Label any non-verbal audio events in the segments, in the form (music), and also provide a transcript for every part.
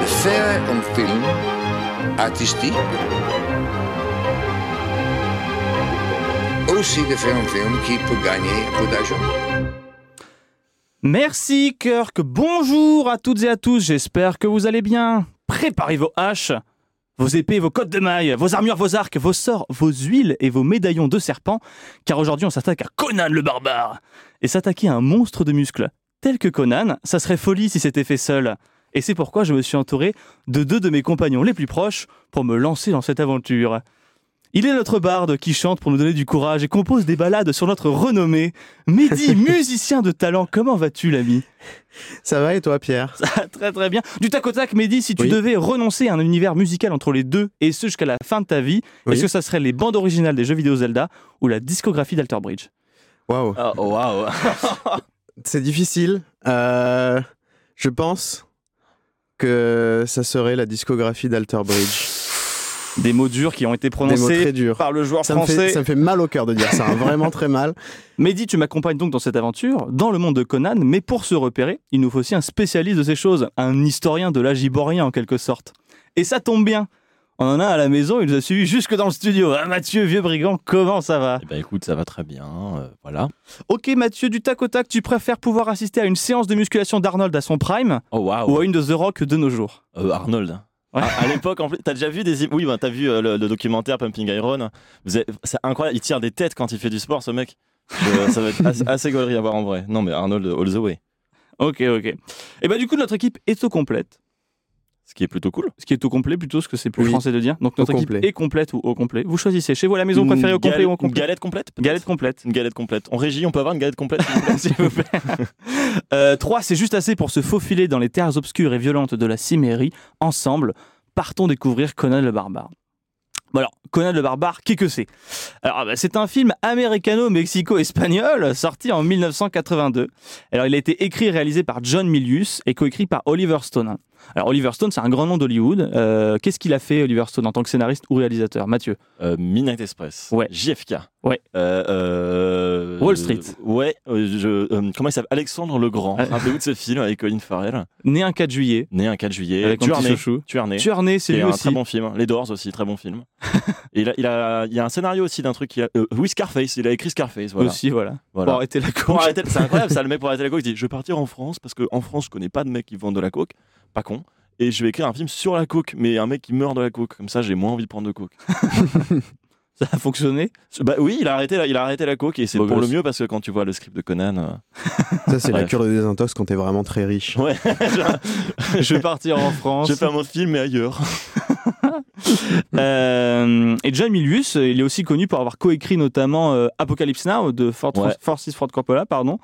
de faire un film artistique, aussi de faire un film qui peut gagner un peu d'argent. Merci Kirk, bonjour à toutes et à tous, j'espère que vous allez bien. Préparez vos haches, vos épées, vos cottes de mailles, vos armures, vos arcs, vos sorts, vos huiles et vos médaillons de serpent, car aujourd'hui on s'attaque à Conan le barbare. Et s'attaquer à un monstre de muscles tel que Conan, ça serait folie si c'était fait seul. Et c'est pourquoi je me suis entouré de deux de mes compagnons les plus proches pour me lancer dans cette aventure. Il est notre barde qui chante pour nous donner du courage et compose des ballades sur notre renommée. Mehdi, musicien de talent, comment vas-tu l'ami Ça va et toi, Pierre Ah, Très très bien. Du tac au tac, Mehdi, si tu Oui. devais renoncer à un univers musical entre les deux, et ce jusqu'à la fin de ta vie, Oui. est-ce que ça serait les bandes originales des jeux vidéo Zelda ou la discographie d'Alter Bridge Waouh, Oh waouh c'est difficile. Euh, je pense que ça serait la discographie d'Alter Bridge. Des mots durs qui ont été Des mots prononcés très durs. par le joueur Ça me, français. fait, ça me fait mal au cœur de dire ça, hein, vraiment (laughs) très mal. Mehdi, tu m'accompagnes donc dans cette aventure, dans le monde de Conan, mais pour se repérer, il nous faut aussi un spécialiste de ces choses, un historien de l'âge iborien en quelque sorte. Et ça tombe bien on en a un à la maison, il nous a suivi jusque dans le studio. Ah, Mathieu, vieux brigand, comment ça va Eh ben écoute, ça va très bien, euh, voilà. Ok Mathieu, du tac au tac, tu préfères pouvoir assister à une séance de musculation d'Arnold à son prime Oh waouh, ou à une de The Rock de nos jours Euh, Arnold. Ouais. À, à l'époque, en plus, t'as déjà vu des. im- Oui, ben, t'as vu euh, le, le documentaire Pumping Iron. Vous avez- C'est incroyable, il tire des têtes quand il fait du sport, ce mec. (laughs) Euh, ça va être assez, assez gaulerie à voir en vrai. Non, mais Arnold all the way. Ok, ok. Et bah du coup, notre équipe est au complète. Ce qui est plutôt cool. Ce qui est au complet plutôt, ce que c'est plus Oui. français de dire. Donc notre Au équipe complet. est complète ou au complet. Vous choisissez chez vous à la maison, préférée au Une complet gal- ou au Une complet galette complète peut-être Galette complète. Une galette complète. En régie, on peut avoir une galette complète (laughs) S'il vous plaît. Euh, Trois, c'est juste assez pour se faufiler dans les terres obscures et violentes de la Cimmérie. Ensemble, partons découvrir Conan le Barbare. Bon alors, Conan le Barbare, qu'est-ce que c'est Alors, bah, c'est un film américano-mexico-espagnol sorti en 1982. Alors, il a été écrit et réalisé par John Milius et coécrit par Oliver Stone. Alors, Oliver Stone, c'est un grand nom d'Hollywood. Euh, qu'est-ce qu'il a fait, Oliver Stone, en tant que scénariste ou réalisateur Mathieu Euh, Midnight Express. Ouais. JFK. Ouais. Euh, euh, Wall Street. Ouais. euh, je, euh, comment il s'appelle Alexandre le Grand. Ah. Rappelez-vous de ce film avec Colin Farrell. Né un 4 juillet, Né un 4 juillet. avec un petit Tuarné. chouchou. Tuarné. Tuarné, c'est qui est lui un aussi. très bon film. Les Doors aussi, très bon film. Et il a, il a, il y a un scénario aussi d'un truc. qu'il a- euh, oui, Scarface. Il a écrit Scarface. Voilà. Aussi, voilà. Voilà. Pour arrêter la Pour course. arrêter- c'est incroyable ça, le mec pour arrêter la coke, il dit Je vais partir en France parce qu'en France, je connais pas de mecs qui vendent de la coke, pas con, et je vais écrire un film sur la coke, mais un mec qui meurt de la coke, comme ça j'ai moins envie de prendre de coke. Ça a (laughs) fonctionné. Bah oui, il a arrêté la, il a arrêté la coke, et c'est Beau pour gosse. le mieux parce que quand tu vois le script de Conan, euh, (laughs) Ça, c'est la Bref. cure de désintox quand t'es vraiment très riche. ouais, Je vais partir en France. je vais faire mon film, mais ailleurs. Euh, et John Milius, euh, il est aussi connu pour avoir coécrit notamment euh, Apocalypse Now de Ford, Ouais. Francis Ford Coppola, pardon.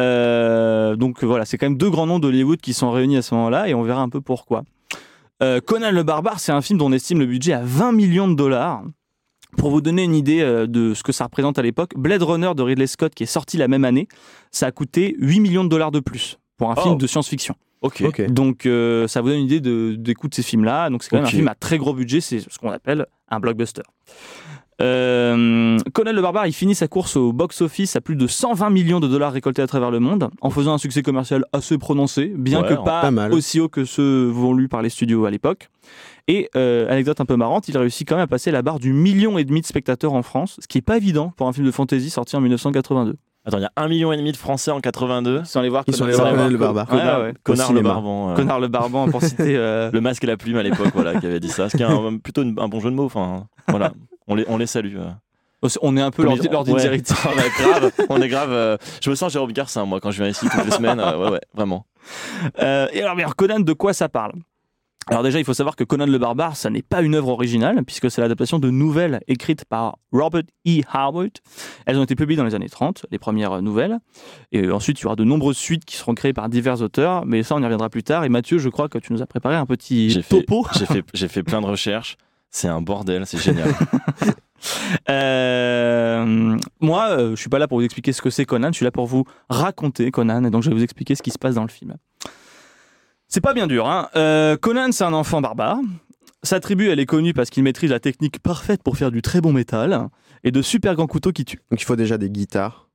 Euh, donc voilà, c'est quand même deux grands noms d'Hollywood qui sont réunis à ce moment-là et on verra un peu pourquoi. Euh, Conan le Barbare, c'est un film dont on estime le budget à 20 millions de dollars. Pour vous donner une idée euh, de ce que ça représente à l'époque, Blade Runner de Ridley Scott, qui est sorti la même année, ça a coûté 8 millions de dollars de plus pour un Oh. film de science-fiction. Ok. Ok. Donc euh, ça vous donne une idée de, des coûts de ces films-là. Donc c'est quand même Ok. un film à très gros budget, c'est ce qu'on appelle un blockbuster. Euh, Conan le Barbare, il finit sa course au box-office à plus de 120 millions de dollars récoltés à travers le monde, en faisant un succès commercial assez prononcé, bien Ouais, que en- pas, pas mal. aussi haut que ceux voulus par les studios à l'époque. Et euh, anecdote un peu marrante, il réussit quand même à passer la barre du million et demi de spectateurs en France, ce qui est pas évident pour un film de fantasy sorti en 1982. Attends, il y a un million et demi de Français en 82. Sans les voir, Ils sont allés Conan- voir sans Conan les le voir Barbare. Conan- Connard, ouais. Connard Au le cinéma. Barbant. euh, Connard le Barbant, pour citer (laughs) euh, Le masque et la plume à l'époque, voilà, qui avait dit ça. Ce qui est un- plutôt une- un bon jeu de mots, enfin, voilà. On les, on les salue. euh. On est un peu Comme leur, ils- leur ouais. Didgeridoo. Ah bah, grave, on est grave. euh, je me sens Jérôme Garcin, moi, quand je viens ici toutes les semaines. euh, ouais, ouais, vraiment. Euh, et alors, mais alors, Conan, de quoi ça parle Alors déjà, il faut savoir que Conan le Barbare, ça n'est pas une œuvre originale, puisque c'est l'adaptation de nouvelles écrites par Robert E. Howard. Elles ont été publiées dans les années 30, les premières euh, nouvelles. Et euh, ensuite, il y aura de nombreuses suites qui seront créées par divers auteurs, mais ça, on y reviendra plus tard. Et Mathieu, je crois que tu nous as préparé un petit J'ai fait- topo. J'ai fait, j'ai fait plein de recherches. C'est un bordel, c'est génial. Euh, moi, euh, je suis pas là pour vous expliquer ce que c'est Conan, je suis là pour vous raconter Conan, et donc je vais vous expliquer ce qui se passe dans le film. C'est pas bien dur. Hein. Euh, Conan, c'est un enfant barbare. Sa tribu, elle est connue parce qu'il maîtrise la technique parfaite pour faire du très bon métal et de super grands couteaux qui tuent. Donc il faut déjà des guitares,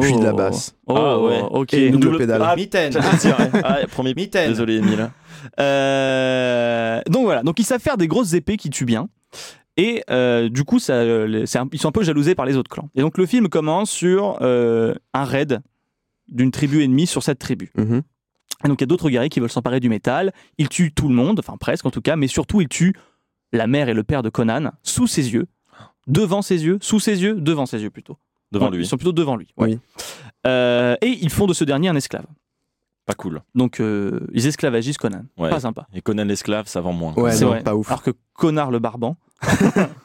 puis de la basse. Oh, Ah ouais. ok. Et une double Double- pédale. Ah, Mitaine. J'allais dire, ouais. Ah, premier. Mitaine. Désolé, Emile. Euh, donc voilà, donc ils savent faire des grosses épées qui tuent bien. Et euh, du coup, ça, euh, les- c'est un- ils sont un peu jalousés par les autres clans. Et donc le film commence sur euh, un raid d'une tribu ennemie sur cette tribu. Mhm. Et donc il y a d'autres guerriers qui veulent s'emparer du métal. Ils tuent tout le monde, enfin presque en tout cas, mais surtout ils tuent la mère et le père de Conan sous ses yeux, devant ses yeux, sous ses yeux, devant ses yeux plutôt. Devant Donc, Ils lui. sont plutôt devant lui. ouais. Oui. Euh, et ils font de ce dernier un esclave. Pas cool. Donc euh, ils esclavagisent Conan. Ouais. Pas sympa. Et Conan l'esclave, ça vend moins. Ouais, C'est non, vrai. pas ouf. Alors que connard le barban, (laughs)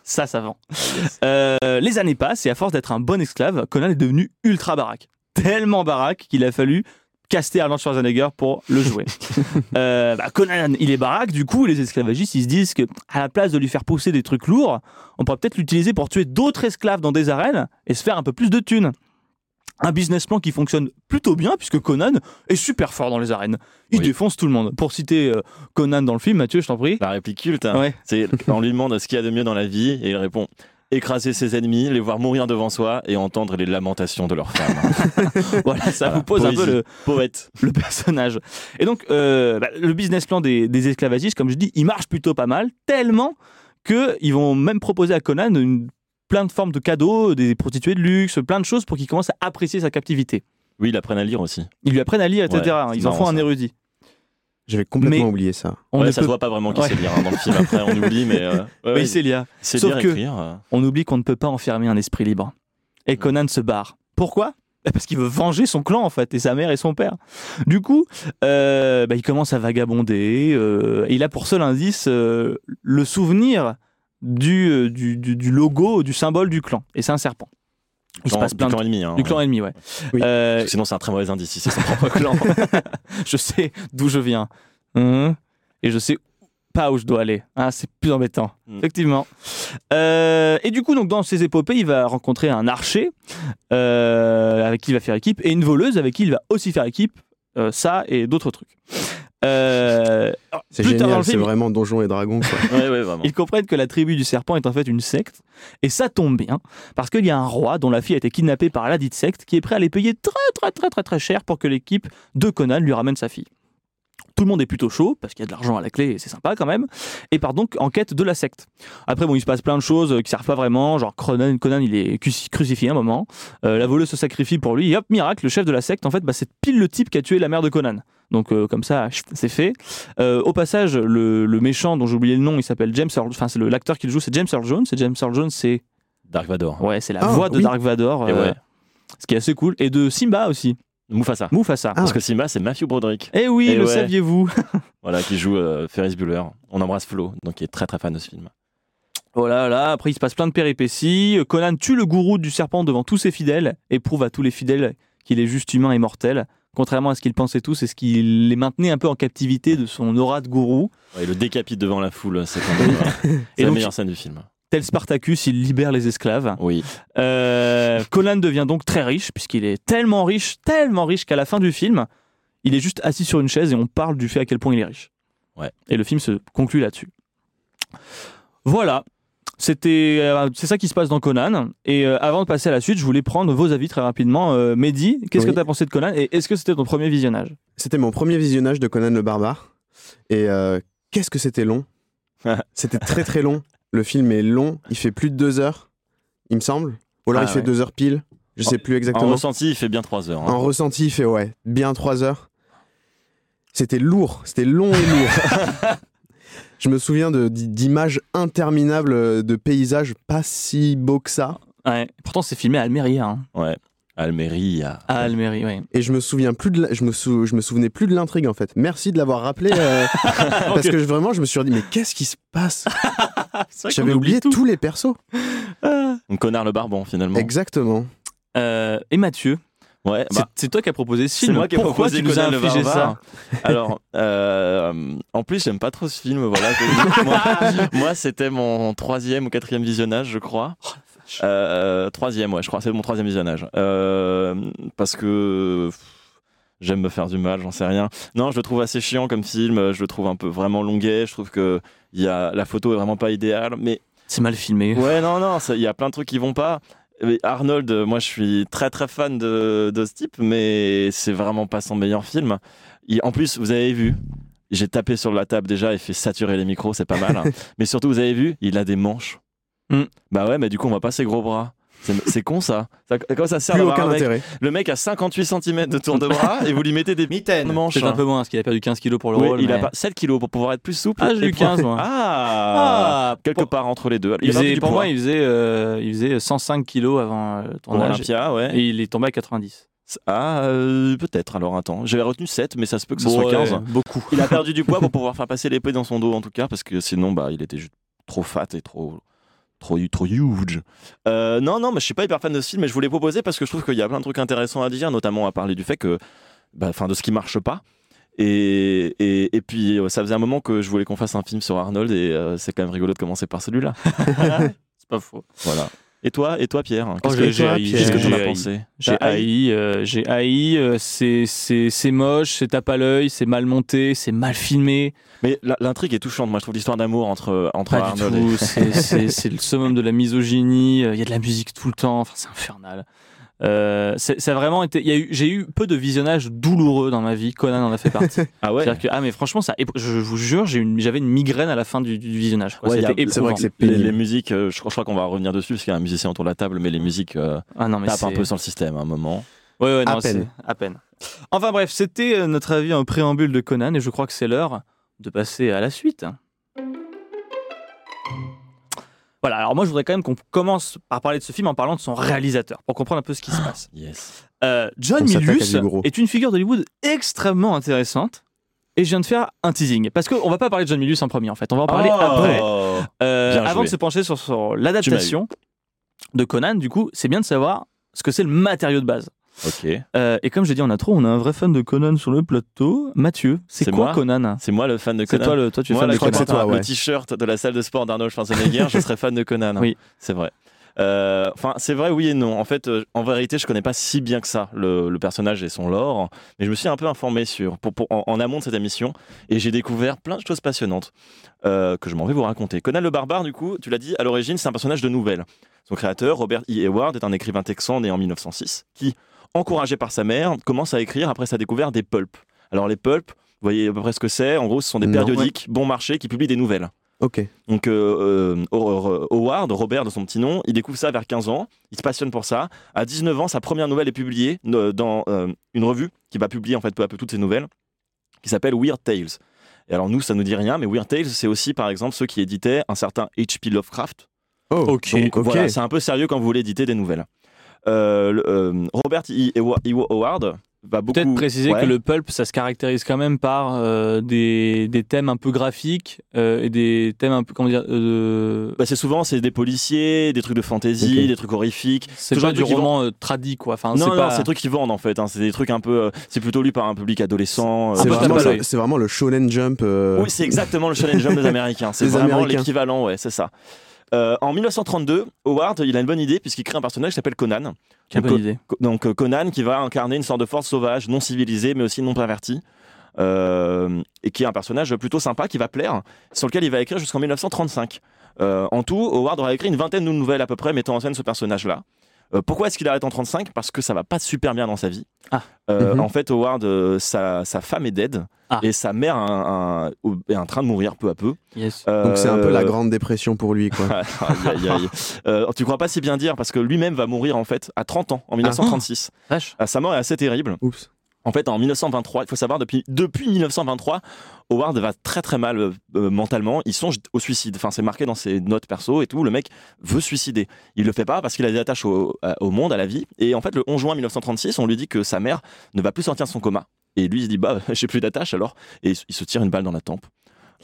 ça, ça vend. Euh, les années passent et à force d'être un bon esclave, Conan est devenu ultra baraque. Tellement baraque qu'il a fallu caster Arnold Schwarzenegger pour le (laughs) jouer. Euh, bah, Conan, il est baraque, du coup, les esclavagistes, ils se disent que à la place de lui faire pousser des trucs lourds, on pourrait peut-être l'utiliser pour tuer d'autres esclaves dans des arènes et se faire un peu plus de thunes. Un business plan qui fonctionne plutôt bien puisque Conan est super fort dans les arènes. Il Oui. défonce tout le monde. Pour citer euh, Conan dans le film, Mathieu, je t'en prie. La réplique culte, hein. Ouais. c'est on lui demande ce qu'il y a de mieux dans la vie et il répond écraser ses ennemis, les voir mourir devant soi et entendre les lamentations de leurs femmes. (laughs) Voilà, ça Voilà, vous pose un peu poésie. le, Poète. le personnage. Et donc, euh, bah, le business plan des, des esclavagistes, comme je dis, il marche plutôt pas mal, tellement qu'ils vont même proposer à Conan une, plein de formes de cadeaux, des prostituées de luxe, plein de choses pour qu'il commence à apprécier sa captivité. Oui, ils apprennent à lire aussi. Ils lui apprennent à lire, etc. Ouais, c'est Ils en font marrant, un ça. érudit. J'avais complètement Mais- oublié ça. On ouais, ne ça peut- se voit pas vraiment qu'il Ouais. sait lire hein, dans le film. Après, on oublie, (laughs) mais euh, ouais, Mais ouais, il sait lire. il sait Sauf lire, que- écrire. euh. On oublie qu'on ne peut pas enfermer un esprit libre. Et Mm. Conan se barre. Pourquoi Bah, Parce qu'il veut venger son clan, en fait, et sa mère et son père. Du coup, euh, bah, il commence à vagabonder. euh, et il a pour seul indice euh, le souvenir du, euh, du, du- du logo, du symbole du clan. Et c'est un serpent. Il se Clan- passe plein du de... clan ennemi. hein, Du clan ouais. ennemi, ouais. Oui. Euh, Parce que Sinon, c'est un très mauvais indice. (laughs) si C'est son propre clan. je sais d'où je viens. Hum, Et je sais pas où je dois aller. Ah, c'est plus embêtant. Mm. Effectivement. Euh, et du coup, donc, dans ces épopées, il va rencontrer un archer euh, avec qui il va faire équipe et une voleuse avec qui il va aussi faire équipe. Euh, ça et d'autres trucs. Euh, alors, C'est plus tard dans le génial, c'est film, vraiment Donjons et Dragons. quoi. ouais, ouais, vraiment. ils comprennent que la tribu du serpent est en fait une secte, et ça tombe bien, parce qu'il y a un roi dont la fille a été kidnappée par la dite secte, qui est prêt à les payer très très très très très cher pour que l'équipe de Conan lui ramène sa fille. Tout le monde est plutôt chaud, parce qu'il y a de l'argent à la clé, et c'est sympa quand même, et part donc en quête de la secte. Après, bon, il se passe plein de choses euh, qui servent pas vraiment, genre Conan, Conan il est cruci- crucifié à un moment, euh, la voleuse se sacrifie pour lui, et hop, miracle, le chef de la secte, en fait, bah, c'est pile le type qui a tué la mère de Conan. Donc euh, comme ça, chut, c'est fait. Euh, au passage, le, le méchant dont j'ai oublié le nom, il s'appelle James Earl. Enfin, c'est le- l'acteur qui le joue, c'est James Earl Jones. Et James Earl Jones, c'est Dark Vador. ouais, c'est la Ah, voix de oui. Dark Vador. Et euh, ouais. Ce qui est assez cool. Et de Simba aussi. Mufasa. Mufasa. Ah. Parce que Simba, c'est Matthew Broderick, Eh oui, Et le ouais. (laughs) saviez-vous voilà, qui joue euh, Ferris Bueller. On embrasse Flo, donc qui est très très fan de ce film. Voilà, Oh là. Après, il se passe plein de péripéties. Conan tue le gourou du serpent devant tous ses fidèles et prouve à tous les fidèles qu'il est juste humain et mortel. Contrairement à ce qu'ils pensaient tous, et ce qui les maintenait un peu en captivité de son aura de gourou. Ouais, il le décapite devant la foule. C'est quand même, voilà. C'est (laughs) Et la donc, meilleure scène du film. tel Spartacus, il libère les esclaves. Oui. Euh, Conan devient donc très riche, puisqu'il est tellement riche, tellement riche qu'à la fin du film, il est juste assis sur une chaise et on parle du fait à quel point il est riche. Ouais. Et le film se conclut là-dessus. Voilà. C'était, euh, c'est ça qui se passe dans Conan. Et euh, avant de passer à la suite, je voulais prendre vos avis très rapidement. Euh, Mehdi, qu'est-ce Oui. que tu as pensé de Conan et est-ce que c'était ton premier visionnage C'était mon premier visionnage de Conan le Barbare. Et euh, qu'est-ce que c'était long C'était très très long. Le film est long. Il fait plus de deux heures, il me semble. Ou alors Ah il fait ouais. deux heures pile. Je sais plus En exactement. ressenti, il fait bien 3 heures. hein. En ressenti, il fait ouais, bien trois heures. C'était lourd. C'était long et lourd. Je me souviens de- d'images interminables, de paysages pas si beaux que ça. Pourtant, c'est filmé à Almeria. hein. Ouais. Almeria. À Almérie, oui. Et je me souviens plus de la- je me sou- je me souvenais plus de l'intrigue en fait. Merci de l'avoir rappelé (laughs) euh, parce que je- vraiment je me suis dit mais qu'est-ce qui se passe Ah, J'avais oublié tous les persos. On connard le barbon finalement. Exactement. Euh, et Mathieu, Ouais, c'est- bah, c'est toi qui as proposé ce C'est film. moi qui ai Pourquoi proposé tu nous as Conan le infligé ça Barbare. Alors, euh, en plus, j'aime pas trop ce film. Voilà. que- moi, moi, c'était mon troisième ou quatrième visionnage, je crois. Euh, troisième, ouais, je crois. C'est mon troisième visionnage. Euh, parce que pff, j'aime me faire du mal, j'en sais rien. Non, je le trouve assez chiant comme film. Je le trouve un peu vraiment longuet. Je trouve que il y a, la photo est vraiment pas idéale. Mais C'est mal (laughs) filmé. Ouais, non, non, ça- il y a plein de trucs qui vont pas. Mais Arnold, euh, moi je suis très très fan de, de ce type, mais c'est vraiment pas son meilleur film. Il- en plus, vous avez vu, j'ai tapé sur la table déjà et fait saturer les micros, c'est pas mal. (laughs) hein. mais surtout, vous avez vu, il a des manches. Mm. Bah ouais, mais du coup, on voit pas ses gros bras. C'est- C'est con ça. ça comment ça sert Plus d'avoir aucun un mec- intérêt. Le mec a 58 cm de tour de bras et vous (laughs) lui mettez des Mitaine. manches. hein. C'est un peu moins, parce qu'il a perdu 15 kilos pour le Oui, rôle. il a mais- pas 7 kilos pour pouvoir être plus souple. Ah, j'ai et eu poids. 15, moi. Ah, Ah, Quelque pour- part entre les deux. Il a perdu faisait, du pour poids. moi, il faisait, euh, il faisait 105 kilos avant euh, le Pour tournage. Olympia, ouais. Et il est tombé à 90. Ah, euh, peut-être alors un temps. J'avais retenu 7, mais ça se peut que ce Bon, soit 15. ouais, beaucoup. (laughs) Il a perdu du poids pour pouvoir faire passer l'épée dans son dos, en tout cas, parce que sinon, bah, il était juste trop fat et trop. Trop, hu- trop huge. Euh, non, non, mais je suis pas hyper fan de ce film, mais je voulais proposer parce que je trouve qu'il y a plein de trucs intéressants à dire, notamment à parler du fait que. bah, Enfin, de ce qui marche pas. Et, et, et puis, euh, ça faisait un moment que je voulais qu'on fasse un film sur Arnold et euh, c'est quand même rigolo de commencer par (laughs) celui-là. C'est pas faux. voilà. Et toi, et toi Pierre hein, Qu'est-ce j'ai- que- toi, haï, Pierre qu'est-ce que j'ai t'en as haï. pensé J'ai T'as haï haï, euh, j'ai haï, euh, c'est- c'est c'est moche, c'est tape à l'œil, c'est mal monté, c'est mal filmé. Mais la- l'intrigue est touchante, moi je trouve l'histoire d'amour entre, entre Pas du Arnold et- tout, c'est- c'est c'est le summum de la misogynie, euh, il y a de la musique tout le temps, enfin c'est infernal. Euh, c'est- ça a vraiment été. il y a eu- J'ai eu peu de visionnages douloureux dans ma vie. Conan en a fait partie. Ah ouais C'est-à-dire que ah mais franchement ça, épo- je vous jure, j'ai une- j'avais une, migraine à la fin du, du visionnage. quoi. Ouais, y a- C'était C'est vrai éprouvant. que c'est les, pénible. les musiques, euh, je, crois- je crois qu'on va revenir dessus parce qu'il y a un musicien autour de la table, mais les musiques euh, Ah non mais tapent un c'est- peu sur le système à un moment. Ouais, ouais, À non, c'est- peine. à peine. Enfin bref, c'était euh, notre avis en préambule de Conan et je crois que c'est l'heure de passer à la suite. Voilà, alors moi je voudrais quand même qu'on commence par parler de ce film en parlant de son réalisateur, pour comprendre un peu ce qui se passe. Yes. Euh, John On s'attaque à Milius du gros. est une figure d'Hollywood extrêmement intéressante et je viens de faire un teasing, parce qu'on va pas parler de John Milius en premier en fait, on va en parler Oh. après. Euh, Bien avant joué. de se pencher sur, sur l'adaptation de Conan, du coup, c'est bien de savoir ce que c'est le matériau de base. Ok. Euh, et comme j'ai dit en intro, on a un vrai fan de Conan sur le plateau. Mathieu, c'est C'est quoi moi Conan C'est moi le fan de C'est Conan. toi, le, toi tu es Moi, fan là, de crois quand que Conan. c'est toi, t'as ouais. le t-shirt de la salle de sport d'Arnold Schwarzenegger, je serais fan de Conan. hein. Oui. C'est vrai. Euh, Enfin, c'est vrai, oui et non. En fait, euh, en vérité, je connais pas si bien que ça le, le personnage et son lore, mais je me suis un peu informé sur, pour, pour- en, en amont de cette émission et j'ai découvert plein de choses passionnantes euh, que je m'en vais vous raconter. Conan le Barbare, du coup, tu l'as dit, à l'origine, c'est un personnage de nouvelle. Son créateur, Robert E. Howard, est un écrivain texan né en 1906 qui, encouragé par sa mère, commence à écrire après sa découverte des pulps. Alors, les pulps, vous voyez à peu près ce que c'est. En gros, ce sont des Non. périodiques bon marché qui publient des nouvelles. Ok. Donc euh, euh, Ho- Ho- Howard, Robert de son petit nom, il découvre ça vers 15 ans, il se passionne pour ça. À 19 ans, sa première nouvelle est publiée euh, dans euh, une revue qui va publier en fait peu à peu toutes ses nouvelles, qui s'appelle Weird Tales. Et alors nous, ça nous dit rien, mais Weird Tales, c'est aussi par exemple ceux qui éditaient un certain H.P. Lovecraft. euh, Oh, Ok. donc, ok. Voilà, c'est un peu sérieux quand vous voulez éditer des nouvelles. Euh, le, euh, Robert E. Ewa- Ewa- Howard va beaucoup... Peut-être préciser Ouais. que le pulp, ça se caractérise quand même par euh, des, des thèmes un peu graphiques euh, et des thèmes un peu, comment dire, euh, Bah, c'est souvent c'est des policiers, des trucs de fantaisie, Ok. des trucs horrifiques. c'est Toujours pas un du truc qui roman euh, tradi quoi. Enfin, non, c'est non, pas... c'est des trucs qui vendent en fait. hein. C'est des trucs un peu. euh, c'est plutôt lu par un public adolescent. euh, C'est peu vraiment, tape à le- l'œil. c'est vraiment le shonen jump. euh, Oui, c'est exactement le challenge Jump des Américains. hein. C'est Des vraiment Américains. l'équivalent, ouais, c'est ça. Euh, en 1932, Howard, il a une bonne idée puisqu'il crée un personnage qui s'appelle Conan. Quelle bonne idée. Co- Donc euh, Conan qui va incarner une sorte de force sauvage, non civilisée, mais aussi non pervertie. Euh, et qui est un personnage plutôt sympa qui va plaire, sur lequel il va écrire jusqu'en 1935. Euh, en tout, Howard aura écrit une vingtaine de nouvelles à peu près mettant en scène ce personnage-là. Euh, pourquoi est-ce qu'il arrête en 35 Parce que ça va pas super bien dans sa vie. Ah. Euh, Mhm. En fait, Howard, euh, sa, sa femme est dead Ah. et sa mère a un- un- est en train de mourir peu à peu. Yes. Donc c'est un peu la Euh, grande dépression pour lui quoi. (laughs) Aïe, aïe, aïe. Euh, tu crois pas si Ah. bien dire parce que lui-même va mourir en fait à 30 ans, en 1936. Vache. Ah, Sa mort est assez terrible. Oups. En fait, en 1923, il faut savoir, depuis, depuis 1923, Howard va très très mal euh, euh, mentalement. Il songe au suicide. Enfin, c'est marqué dans ses notes perso et tout. Le mec veut se suicider. Il le fait pas parce qu'il a des attaches au, à- au monde, à la vie. Et en fait, le 11 juin 1936, on lui dit que sa mère ne va plus sortir de son coma. Et lui, il se dit, bah, (laughs) j'ai plus d'attache alors. Et il se tire une balle dans la tempe.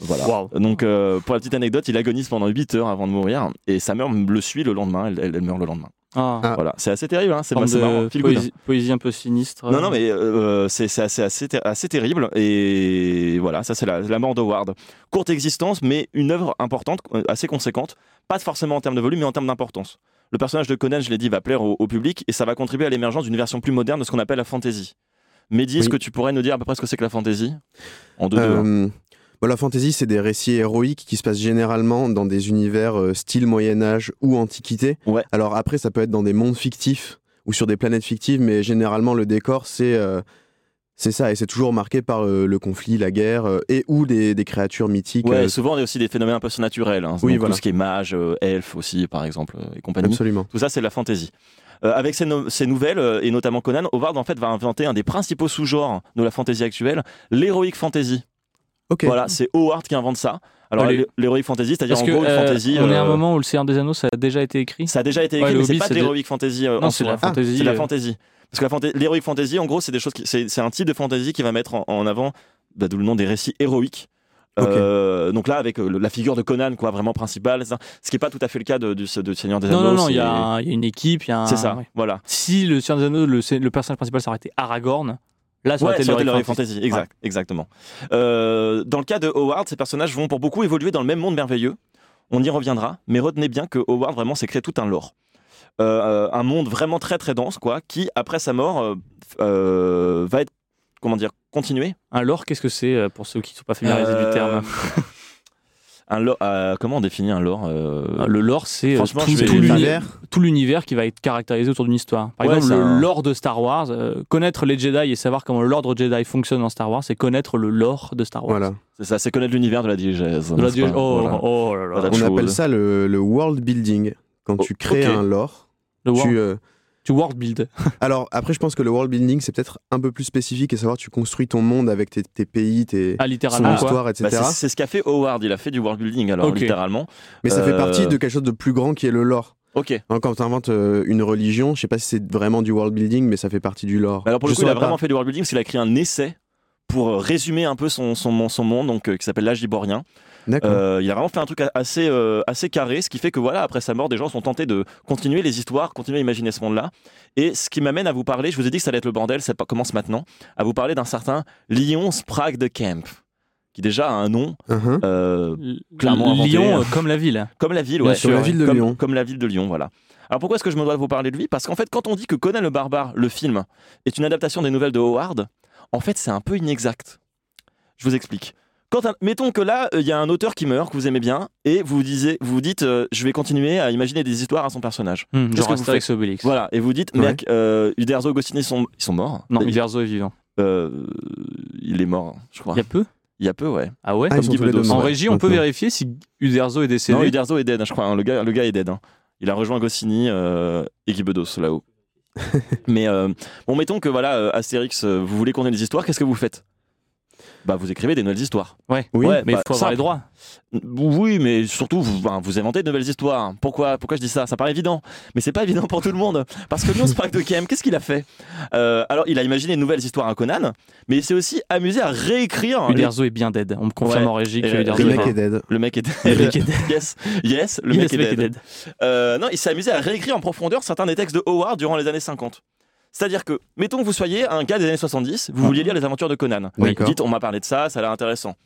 Voilà. Waouh. Donc, euh, pour la petite anecdote, il agonise pendant 8 heures avant de mourir. Et sa mère le suit le lendemain. Elle, elle- elle meurt le lendemain. Ah, Ah. Voilà. C'est assez terrible. Hein. C'est forme c'est de marrant. Feel good. poésie, poésie un peu sinistre. Non, non, mais euh, c'est c'est assez, assez, ter- assez terrible. Et voilà, ça, c'est la, la mort de Ward. Courte existence, mais une œuvre importante, euh, assez conséquente. Pas forcément en termes de volume, mais en termes d'importance. Le personnage de Conan, je l'ai dit, va plaire au, au public et ça va contribuer à l'émergence d'une version plus moderne de ce qu'on appelle la fantasy. Mehdi, est-ce Oui. que tu pourrais nous dire à peu près ce que c'est que la fantasy En deux, deux. hein. Euh, bon, la fantasy, c'est des récits héroïques qui se passent généralement dans des univers euh, style Moyen-Âge ou Antiquité. Ouais. Alors après, ça peut être dans des mondes fictifs ou sur des planètes fictives, mais généralement, le décor, c'est. euh, c'est ça, et c'est toujours marqué par euh, le conflit, la guerre, euh, et ou des, des créatures mythiques. Ouais, euh, souvent, on a aussi des phénomènes un peu surnaturels. hein. Oui, Donc, voilà. Tout ce qui est mage, euh, elfe aussi, par exemple, euh, et compagnie. absolument. Tout ça, c'est de la fantasy. Euh, avec ces, no- ces nouvelles, euh, et notamment Conan, Howard en fait va inventer un des principaux sous-genres de la fantasy actuelle, l'héroïque fantasy. Ok. Voilà, c'est Howard qui invente ça. Alors Allez. l'hé- l'héroïque fantasy, c'est-à-dire Parce en que gros une euh, fantasy. on est à un euh, moment où le Seigneur des Anneaux ça a déjà été écrit. Ça a déjà été écrit, Ouais, le mais c'est Hobbit, pas de c'est de- l'héroïque fantasy. euh, en non, c'est de soi. la fantaisie. C'est de la euh, fantasy. Parce que la fanta- l'héroïque fantasy, en gros, c'est des choses qui- c'est c'est un type de fantasy qui va mettre en, en avant, bah, d'où le nom des récits héroïques. Euh, donc là, avec euh, le- la figure de Conan, quoi, vraiment principale, ça. ce qui n'est pas tout à fait le cas de, du, du Seigneur des Non, Anneaux. non, non, il y, a c'est- un- il y a une équipe, il y a un- C'est ça, ouais. voilà. Si le Seigneur des Anneaux, le, c'est- le personnage principal s'arrêtait Aragorn, là ça aurait Ouais, été sur l'héroïque Heroic fantasy. Fantasy, exact, exactement. Euh, dans le cas de Howard, ces personnages vont pour beaucoup évoluer dans le même monde merveilleux. On y reviendra, mais retenez bien que Howard vraiment s'est créé tout un lore. Euh, un monde vraiment très très dense, quoi, qui après sa mort euh, euh, va être, comment dire, continué. Un lore, qu'est-ce que c'est euh, pour ceux qui ne sont pas familiarisés Euh, du terme Un lore, euh, comment on définit un lore euh, Euh, Le lore, c'est euh, Franchement, tout, je vais- tout Les l'uni- valeurs. tout l'univers qui va être caractérisé autour d'une histoire. Par Ouais, exemple, c'est le un- lore de Star Wars, euh, connaître les Jedi et savoir comment l'ordre Jedi fonctionne dans Star Wars, c'est connaître le lore de Star Wars. Voilà. C'est ça, c'est connaître l'univers de la diégèse. De la n'est-ce dieu- pas oh, Voilà. Bah, oh là là. Voilà. On chose. appelle ça le, le world building. Quand Oh, tu crées ok. un lore, Le world- tu, euh, tu world build. (laughs) Alors après, je pense que le world building, c'est peut-être un peu plus spécifique et savoir tu construis ton monde avec tes, tes pays, tes, Ah, son littéralement. quoi. histoire, etc. Bah, c'est c'est ce qu'a fait Howard, il a fait du world building alors Ok. littéralement. Mais ça fait euh, partie de quelque chose de plus grand qui est le lore. Ok. Hein, quand tu inventes une religion, je sais pas si c'est vraiment du world building, mais ça fait partie du lore. Mais Bah, Alors pour le Je coup, il a saurais pas. vraiment fait du world building parce qu'il a écrit un essai pour euh, résumer un peu son, son, son monde donc, euh, qui s'appelle L'âge liborien. D'accord. Euh, il a vraiment fait un truc a- assez, euh, assez carré, ce qui fait que voilà, après sa mort, des gens sont tentés de continuer les histoires, continuer à imaginer ce monde-là. Et ce qui m'amène à vous parler, je vous ai dit que ça allait être le bordel, ça pa- commence maintenant, à vous parler d'un certain Lyon Sprague de Kemp, qui déjà a un nom Uh-huh. euh, L- clairement inventé, Lyon, hein. euh, comme la ville. comme la ville, Bien ouais. sûr, Comme la ouais. ville de comme, Lyon. Comme la ville de Lyon, voilà. Alors pourquoi est-ce que je me dois de vous parler de lui Parce qu'en fait, quand on dit que Conan le Barbare, le film, est une adaptation des nouvelles de Howard, en fait, c'est un peu inexact. Je vous explique. Quand un- mettons que là, euh, il y a un auteur qui meurt, que vous aimez bien, et vous disiez, vous dites, euh, je vais continuer à imaginer des histoires à son personnage. Hmm, Qu'est-ce genre que vous Astérix Obélix. Voilà, et vous dites, Ouais. mec, euh, Uderzo et Goscinny sont, ils sont morts. Non, Euh, Uderzo est vivant. euh, il est mort, je crois. Il y a peu Il y a peu, ouais. Ah ouais Ah, ils sont petit tous peu les deux d'os. morts. En régie, on peut Maintenant. vérifier si Uderzo est décédé. Non, Uderzo est dead, hein, je crois. hein. Le, gars, le gars est dead. hein. Il a rejoint Goscinny euh, et Guy Bedos (laughs) là-haut. Mais euh, bon, mettons que voilà, euh, Astérix, euh, vous voulez conter des histoires, qu'est-ce que vous faites Bah, vous écrivez des nouvelles histoires. Ouais. Oui, mais il bah, faut avoir simple. les droits. Oui, mais surtout, vous, ben, vous inventez de nouvelles histoires. Pourquoi, pourquoi je dis ça Ça paraît évident, mais c'est pas évident pour tout le monde. Parce que Lyon Sprague de Kem, qu'est-ce qu'il a fait Euh, Alors, il a imaginé de nouvelles histoires à Conan, mais il s'est aussi amusé à réécrire. les- Uderzo est bien dead. On me confirme Ouais. en régie que Et- Uderzo Le est mec vivant. est dead. Le mec est (laughs) Le mec est dead. (laughs) yes, yes, le Yes, mec est dead. Euh, non, il s'est amusé à réécrire en profondeur certains des textes de Howard durant les années 50. C'est-à-dire que, mettons que vous soyez un gars des années 70, vous Mhm. vouliez lire les aventures de Conan. Oui. Vous dites, on m'a parlé de ça, ça a l'air intéressant.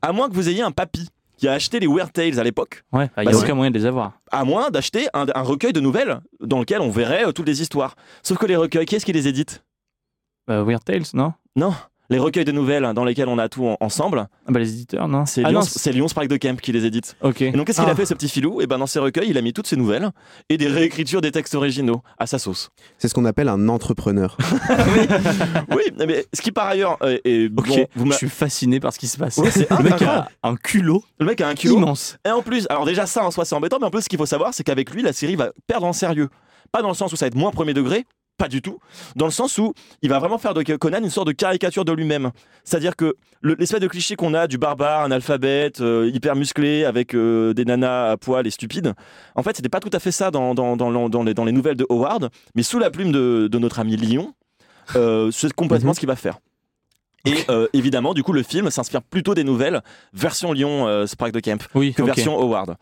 À moins que vous ayez un papy qui a acheté les Weird Tales à l'époque, Ouais, il n'y Bah, a c'est- aucun moyen de les avoir. à moins d'acheter un, un recueil de nouvelles dans lequel on verrait euh, toutes les histoires. Sauf que les recueils, qui est-ce qui les édite Euh, Weird Tales, non Non les recueils de nouvelles hein, dans lesquels on a tout en- ensemble, ah, bah, Les éditeurs, non c'est Ah Lyon, non, c'est Lyon Sprague de Kemp qui les édite. Ok. Et donc qu'est-ce qu'il Ah. a fait ce petit filou Et ben dans ses recueils, il a mis toutes ses nouvelles et des réécritures des textes originaux à sa sauce. C'est ce qu'on appelle un (laughs) entrepreneur. Oui, mais ce qui par ailleurs euh, est Ok, bon, vous m'a- je suis fasciné par ce qui se passe. Ouais, c'est le mec a incroyable. un culot le mec a un culot. immense. Et en plus, alors déjà ça en soi c'est embêtant, mais en plus ce qu'il faut savoir c'est qu'avec lui la série va perdre en sérieux. Pas dans le sens où ça va être moins premier degré, Pas du tout. Dans le sens où il va vraiment faire de Conan une sorte de caricature de lui-même. C'est-à-dire que le- l'espèce de cliché qu'on a du barbare, un alphabète, hyper musclé, avec euh, des nanas à poil et stupides, en fait, c'était pas tout à fait ça dans, dans, dans, dans les, dans les nouvelles de Howard, mais sous la plume de, de notre ami Lyon, euh, c'est complètement Mhm. ce qu'il va faire. Et euh, évidemment, du coup, le film s'inspire plutôt des nouvelles version Lyon euh, Sprague de Kemp Oui, que ok. version Howard.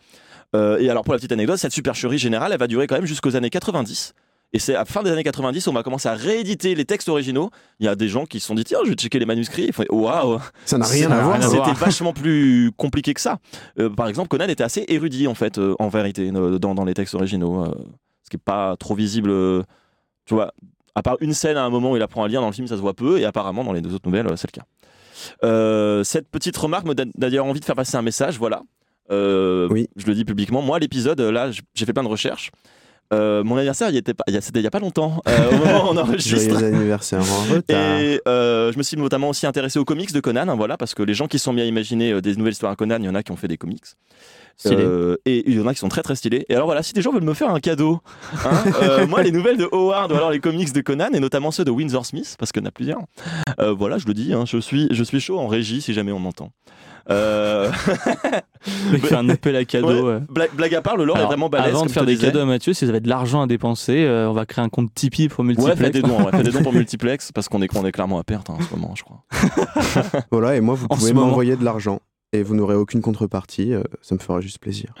Euh, et alors pour la petite anecdote, cette supercherie générale, elle va durer quand même jusqu'aux années 90. Et c'est à la fin des années 90, on va commencer à rééditer les textes originaux. Il y a des gens qui se sont dit tiens, je vais checker les manuscrits. Ils font waouh, Ça n'a rien c'est- à voir. rien à voir. C'était vachement plus compliqué que ça. Euh, par exemple, Conan était assez érudit en fait, euh, en vérité, euh, dans, dans les textes originaux, euh, ce qui est pas trop visible. euh, tu vois, à part une scène à un moment où il apprend à lire dans le film, ça se voit peu, et apparemment dans les deux autres nouvelles, euh, c'est le cas. Euh, cette petite remarque me donne d'ailleurs envie de faire passer un message. Voilà, Euh, Oui. je le dis publiquement. Moi, l'épisode, euh, là, j- j'ai fait plein de recherches. Euh, mon anniversaire, il était pas, il y a- c'était il y a pas longtemps. Euh, au moment où on enregistre. Joyeux anniversaire en retard. Et euh, je me suis notamment aussi intéressé aux comics de Conan, hein, voilà, parce que les gens qui se sont mis à imaginer euh, des nouvelles histoires à Conan, il y en a qui ont fait des comics. Stylé. (laughs) Euh, et il y en a qui sont très très stylés. Et alors voilà, si des gens veulent me faire un cadeau, (laughs) hein, euh, moi les nouvelles de Howard ou alors les comics de Conan, et notamment ceux de Windsor Smith, parce qu'il y en a plusieurs, Euh, voilà, je le dis, hein, je, suis, je suis chaud en régie si jamais on m'entend. Euh, (laughs) Le mec fait un appel à cadeau. euh. Ouais, blague, blague à part, le lore Alors, est vraiment balèze. avant comme de faire je te des disais. cadeaux à Mathieu, si vous avez de l'argent à dépenser, euh, on va créer un compte Tipeee pour Ouais, multiplex. faites des dons, ouais, faites (laughs) des dons pour multiplex, parce qu'on est, on est clairement à perte hein, en ce moment, je crois. Voilà, et moi, vous En ce pouvez moment. m'envoyer de l'argent. Et vous n'aurez aucune contrepartie, euh, ça me fera juste plaisir.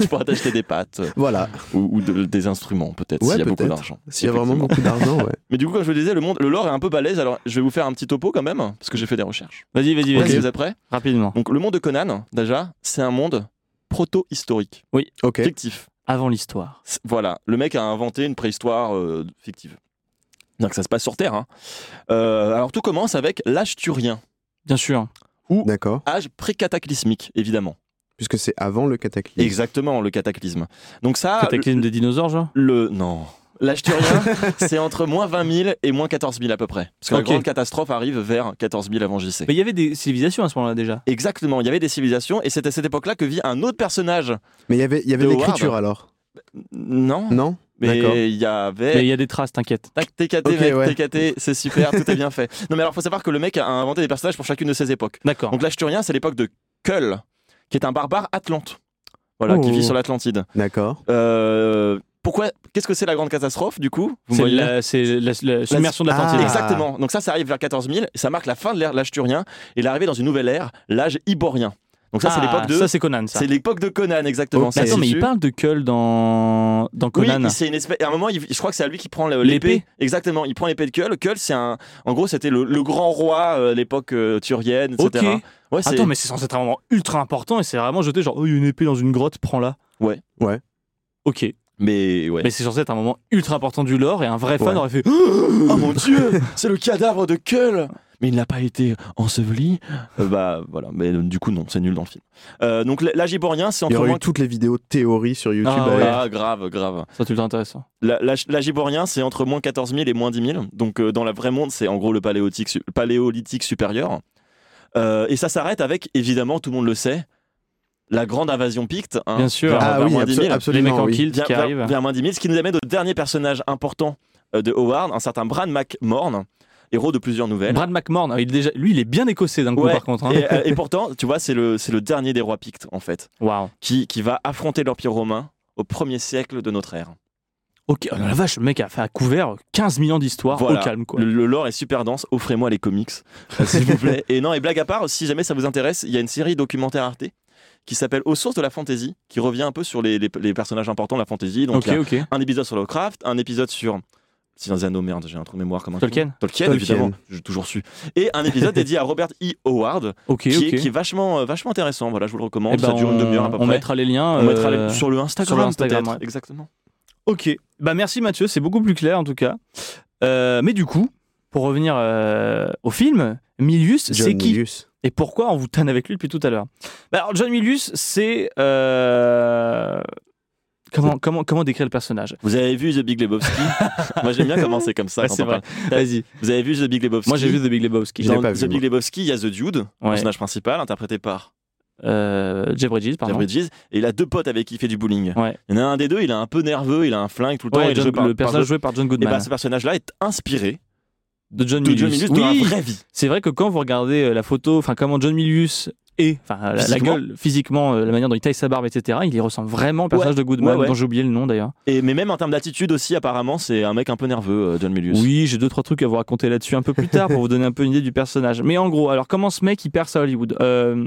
tu pourras (laughs) t'acheter des pâtes euh, (laughs) Voilà, ou, ou de- des instruments peut-être Ouais, s'il y a beaucoup peut-être. d'argent. s'il y a vraiment Effectivement. beaucoup d'argent, ouais. Mais du coup, comme je vous le disais, le monde, le lore est un peu balèze. Alors, je vais vous faire un petit topo quand même parce que j'ai fait des recherches. Vas-y, vas-y, Ok, vas-y. vous êtes prêts Rapidement. Donc, le monde de Conan, déjà, c'est un monde proto-historique, Ok, fictif. Avant l'histoire. C'est- Voilà, le mec a inventé une préhistoire euh, fictive. Donc, ça se passe sur Terre. hein. Euh, alors, tout commence avec l'âge turien, Bien sûr. d'accord. âge pré-cataclysmique, évidemment. Puisque c'est avant le cataclysme. Exactement, le cataclysme. Donc ça, Cataclysme des dinosaures, genre Le. Non. L'âge turien, (laughs) c'est entre moins 20 000 et moins 14 000 à peu près. Parce que Ok. la grande catastrophe arrive vers 14 000 avant JC. Mais il y avait des civilisations à ce moment-là déjà. Exactement, il y avait des civilisations et c'est à cette époque-là que vit un autre personnage. Mais il y avait, il y avait De l'écriture Howard. alors Non, Non D'accord. mais il Mais il y avait. y a des traces, t'inquiète. Tac, TKT, Ok, mec, ouais. TKT, c'est super, tout est (laughs) bien fait. Non, mais alors, faut savoir que le mec a inventé des personnages pour chacune de ses époques. D'accord. Donc, l'âge turien, c'est l'époque de Kull, qui est un barbare atlante. Voilà, qui Oh. vit sur l'Atlantide. D'accord. Euh, pourquoi Qu'est-ce que c'est la grande catastrophe, du coup Vous me C'est voyez la, c'est la- la submersion de Ah. l'Atlantide. Exactement. Donc ça, ça arrive vers 14 000. Ça marque la fin de l'ère- l'âge turien et l'arrivée dans une nouvelle ère, l'âge iborien. Donc ça, c'est Ah, l'époque de. Ça, c'est Conan, ça. Oh, C'est l'époque de Conan, exactement. Ok. Mais Ça attends, se mais il situe- parle de Cull dans, dans Conan. Oui, c'est une espèce. À un moment, il- je crois que c'est à lui qui prend le- L'épée. l'épée. Exactement. Il prend l'épée de Kull. Kull, c'est un. En gros, c'était le, le grand roi euh, à l'époque euh, turienne, Ok. etc. Ouais, c'est- Attends, mais c'est censé être un moment ultra important et c'est vraiment jeté genre, oh, il y a une épée dans une grotte, prends-la. Ouais. Ouais. Ok, mais ouais. mais c'est censé être un moment ultra important du lore et un vrai fan Ouais. aurait fait. Oh mon Dieu, c'est le cadavre de Kull. Mais il n'a pas été enseveli. Euh, bah voilà. Mais euh, du coup, non, c'est nul dans le film. Euh, donc l'âge iborien, c'est Il y entre aurait moins. eu toutes les vidéos théories sur YouTube. Ah, avec- ouais. Ah grave, grave. Ça, tu intéressant. La- la- L'âge iborien, c'est entre moins 14 000 et moins 10 000. Donc, euh, dans la vraie monde, c'est en gros le paléotique su- paléolithique supérieur. Euh, et ça s'arrête avec, évidemment, tout le monde le sait, la grande invasion picte. hein, Bien sûr. vers- Ah vers oui, moins 10 000. abso- Les mecs absolument. en oui. kilt Vers- qui vers- arrivent. vers moins 10 000, ce qui nous amène au dernier personnage important euh, de Howard, un certain Bran McMorn, héros de plusieurs nouvelles. Brad McMorn, ah, il est déjà... lui, il est bien écossais d'un coup, Ouais. par contre. hein. Et, euh, et pourtant, tu vois, c'est le, c'est le dernier des rois pictes, en fait, (laughs) Waouh. qui, qui va affronter l'Empire romain au premier siècle de notre ère. Ok, oh, la vache, le mec a fait à couvert 15 millions d'histoires Voilà. au calme, quoi. Le, le lore est super dense, offrez-moi les comics, euh, s'il vous (laughs) plaît. Et non, et blague à part, si jamais ça vous intéresse, il y a une série documentaire Arte qui s'appelle Aux sources de la fantasy, qui revient un peu sur les, les- les personnages importants de la fantasy. Donc ok, il y a ok. un épisode sur Lovecraft, un épisode sur Seigneur des Anneaux, merde, j'ai un trou de mémoire comme un Tolkien. fou. Tolkien, Tolkien. évidemment, j'ai toujours su. Et (laughs) un épisode dédié à Robert E. Howard, Ok, qui, ok. est, qui est vachement, euh, vachement intéressant. Voilà, je vous Eh le recommande. ben, ça dure une demi-heure à peu on près. mettra les liens. on mettra euh, les- sur le Instagram, Instagram, peut-être. ouais. Exactement. Ok, bah merci Mathieu, c'est beaucoup plus clair en tout cas. Euh, mais du coup, pour revenir euh, au film, Milius, John c'est qui Milius. Et pourquoi on vous tanne avec lui depuis tout à l'heure Bah, Alors John Milius, c'est... euh, Comment, comment, comment décrire le personnage Vous avez vu The (laughs) Big Lebowski Moi, j'aime bien commencer comme ça. Ouais, quand c'est on vrai. parle. Vas-y. Vous avez vu The Big Lebowski Moi j'ai vu The Big Lebowski. Je l'ai Dans pas The vu, Big Lebowski, il y a The Dude, Ouais. personnage principal, interprété par Euh, Jeff Bridges, Jeff pardon. Bridges, et il a deux potes avec qui il fait du bowling. Ouais. Il y en a un des deux, il est un peu nerveux, il a un flingue tout le temps. Ouais, et John- joue par- le par- personnage joué par John Et Goodman. bah, ce personnage-là est inspiré de John de Milius. John Milius dans la Oui. vraie vie. C'est vrai que quand vous regardez euh, la photo, enfin comment John Milius est, enfin la- la, Physiquement. gueule physiquement, euh, la manière dont il taille sa barbe, etc. Il y ressemble vraiment au personnage de Goodman ouais, ouais. dont j'ai oublié le nom d'ailleurs. Et, mais même en termes d'attitude aussi, apparemment, c'est un mec un peu nerveux, euh, John Milius. Oui, j'ai deux trois trucs à vous raconter là-dessus un peu plus tard pour vous donner un peu une idée du personnage. Mais en gros, alors comment ce mec il perce à Hollywood Euh,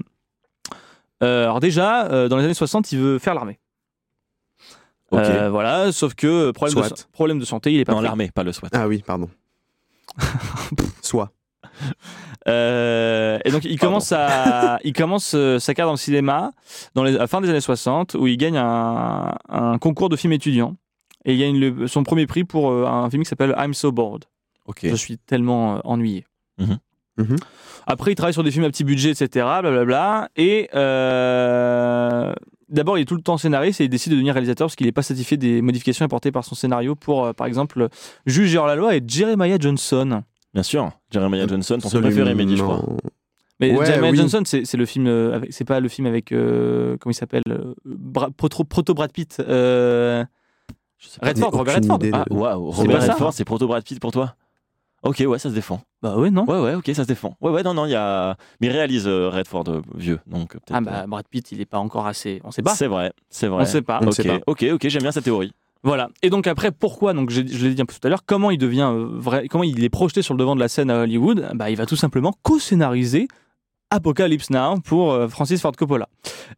euh, Alors déjà, euh, dans les années 60, il veut faire l'armée. Ok. Euh, voilà, sauf que euh, problème de, Soit. sa- problème de santé, il est pas Dans pris. l'armée, pas le SWAT. Ah oui, (laughs) pardon. Soit. Euh, et donc il Pardon. commence, (laughs) à, il commence euh, sa carrière dans le cinéma dans les, à la fin des années 60 où il gagne un, un concours de film étudiant et il gagne le- son premier prix pour euh, un film qui s'appelle I'm So Bored. Ok. Je suis tellement euh, ennuyé. Mhm. Mhm. Après, il travaille sur des films à petit budget, etc. Blablabla. Et euh, d'abord, il est tout le temps scénariste et il décide de devenir réalisateur parce qu'il n'est pas satisfait des modifications apportées par son scénario pour, euh, par exemple, Juge et hors-la-loi et Jeremiah Johnson. Bien sûr, Jeremiah Johnson, ton préféré, Mehdi, je crois. Absolument. Mais Ouais, Jeremiah oui. Johnson, c'est c'est le film, euh, avec- c'est pas le film avec euh, comment il s'appelle, euh, Bra- proto, proto Brad Pitt, euh, Je sais pas. Redford, j'ai Robert aucune Redford. idée de- Ah, Ah, waouh, C'est Robert pas ça Redford, c'est proto Brad Pitt pour toi Ok, ouais, ça se défend. bah ouais non. Ouais, ouais, ok, ça se défend. Ouais, ouais, non, non, il y a. Mais il réalise euh, Redford euh, vieux, donc euh, peut-être. Ah bah Brad Pitt, il est pas encore assez, on sait pas. C'est vrai, c'est vrai. On sait pas. On Ok, sait pas. ok, ok, j'aime bien sa théorie. Voilà. Et donc après, pourquoi Donc j'ai- je l'ai dit un peu tout à l'heure. Comment il devient euh, vrai Comment il est projeté sur le devant de la scène à Hollywood Bah, il va tout simplement co-scénariser Apocalypse Now pour euh, Francis Ford Coppola.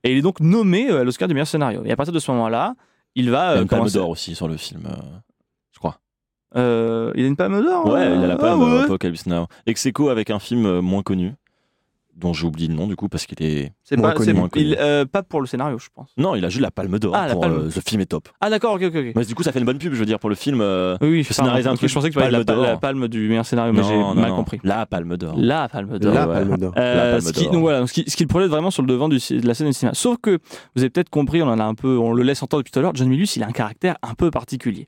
Et il est donc nommé euh, à l'Oscar du meilleur scénario. Et à partir de ce moment-là, il va Il y a euh, une palme commencer- d'or aussi sur le film, euh, je crois. Euh, il a une palme d'or. Ouais, il a la Ah palme ouais. euh, Apocalypse Now. Ex aequo avec un film euh, moins connu, dont j'ai oublié le nom du coup, parce qu'il est. C'est Moins pas, connu, c'est- moins connu. il- euh, pas pour le scénario, je pense. Non, il a juste la palme d'or Ah, la pour palme. euh, The Film est top. Ah d'accord, ok, ok, ok. Mais du coup, ça fait une bonne pub, je veux dire, pour le film. euh, Oui, oui, je, scénarise pardon, un parce que truc, je pensais que tu parlais de la, palme pa- d'or. la palme du meilleur scénario, mais non, j'ai non, mal non. compris. La palme d'or. La palme d'or. La ouais. Palme d'Or. Euh, La Palme ce qui, d'Or. donc voilà, donc ce qui, ce qui le projette vraiment sur le devant du, ci- de la scène du cinéma. Sauf que vous avez peut-être compris, on en a un peu, on le laisse entendre depuis tout à l'heure. John Milius, il a un caractère un peu particulier.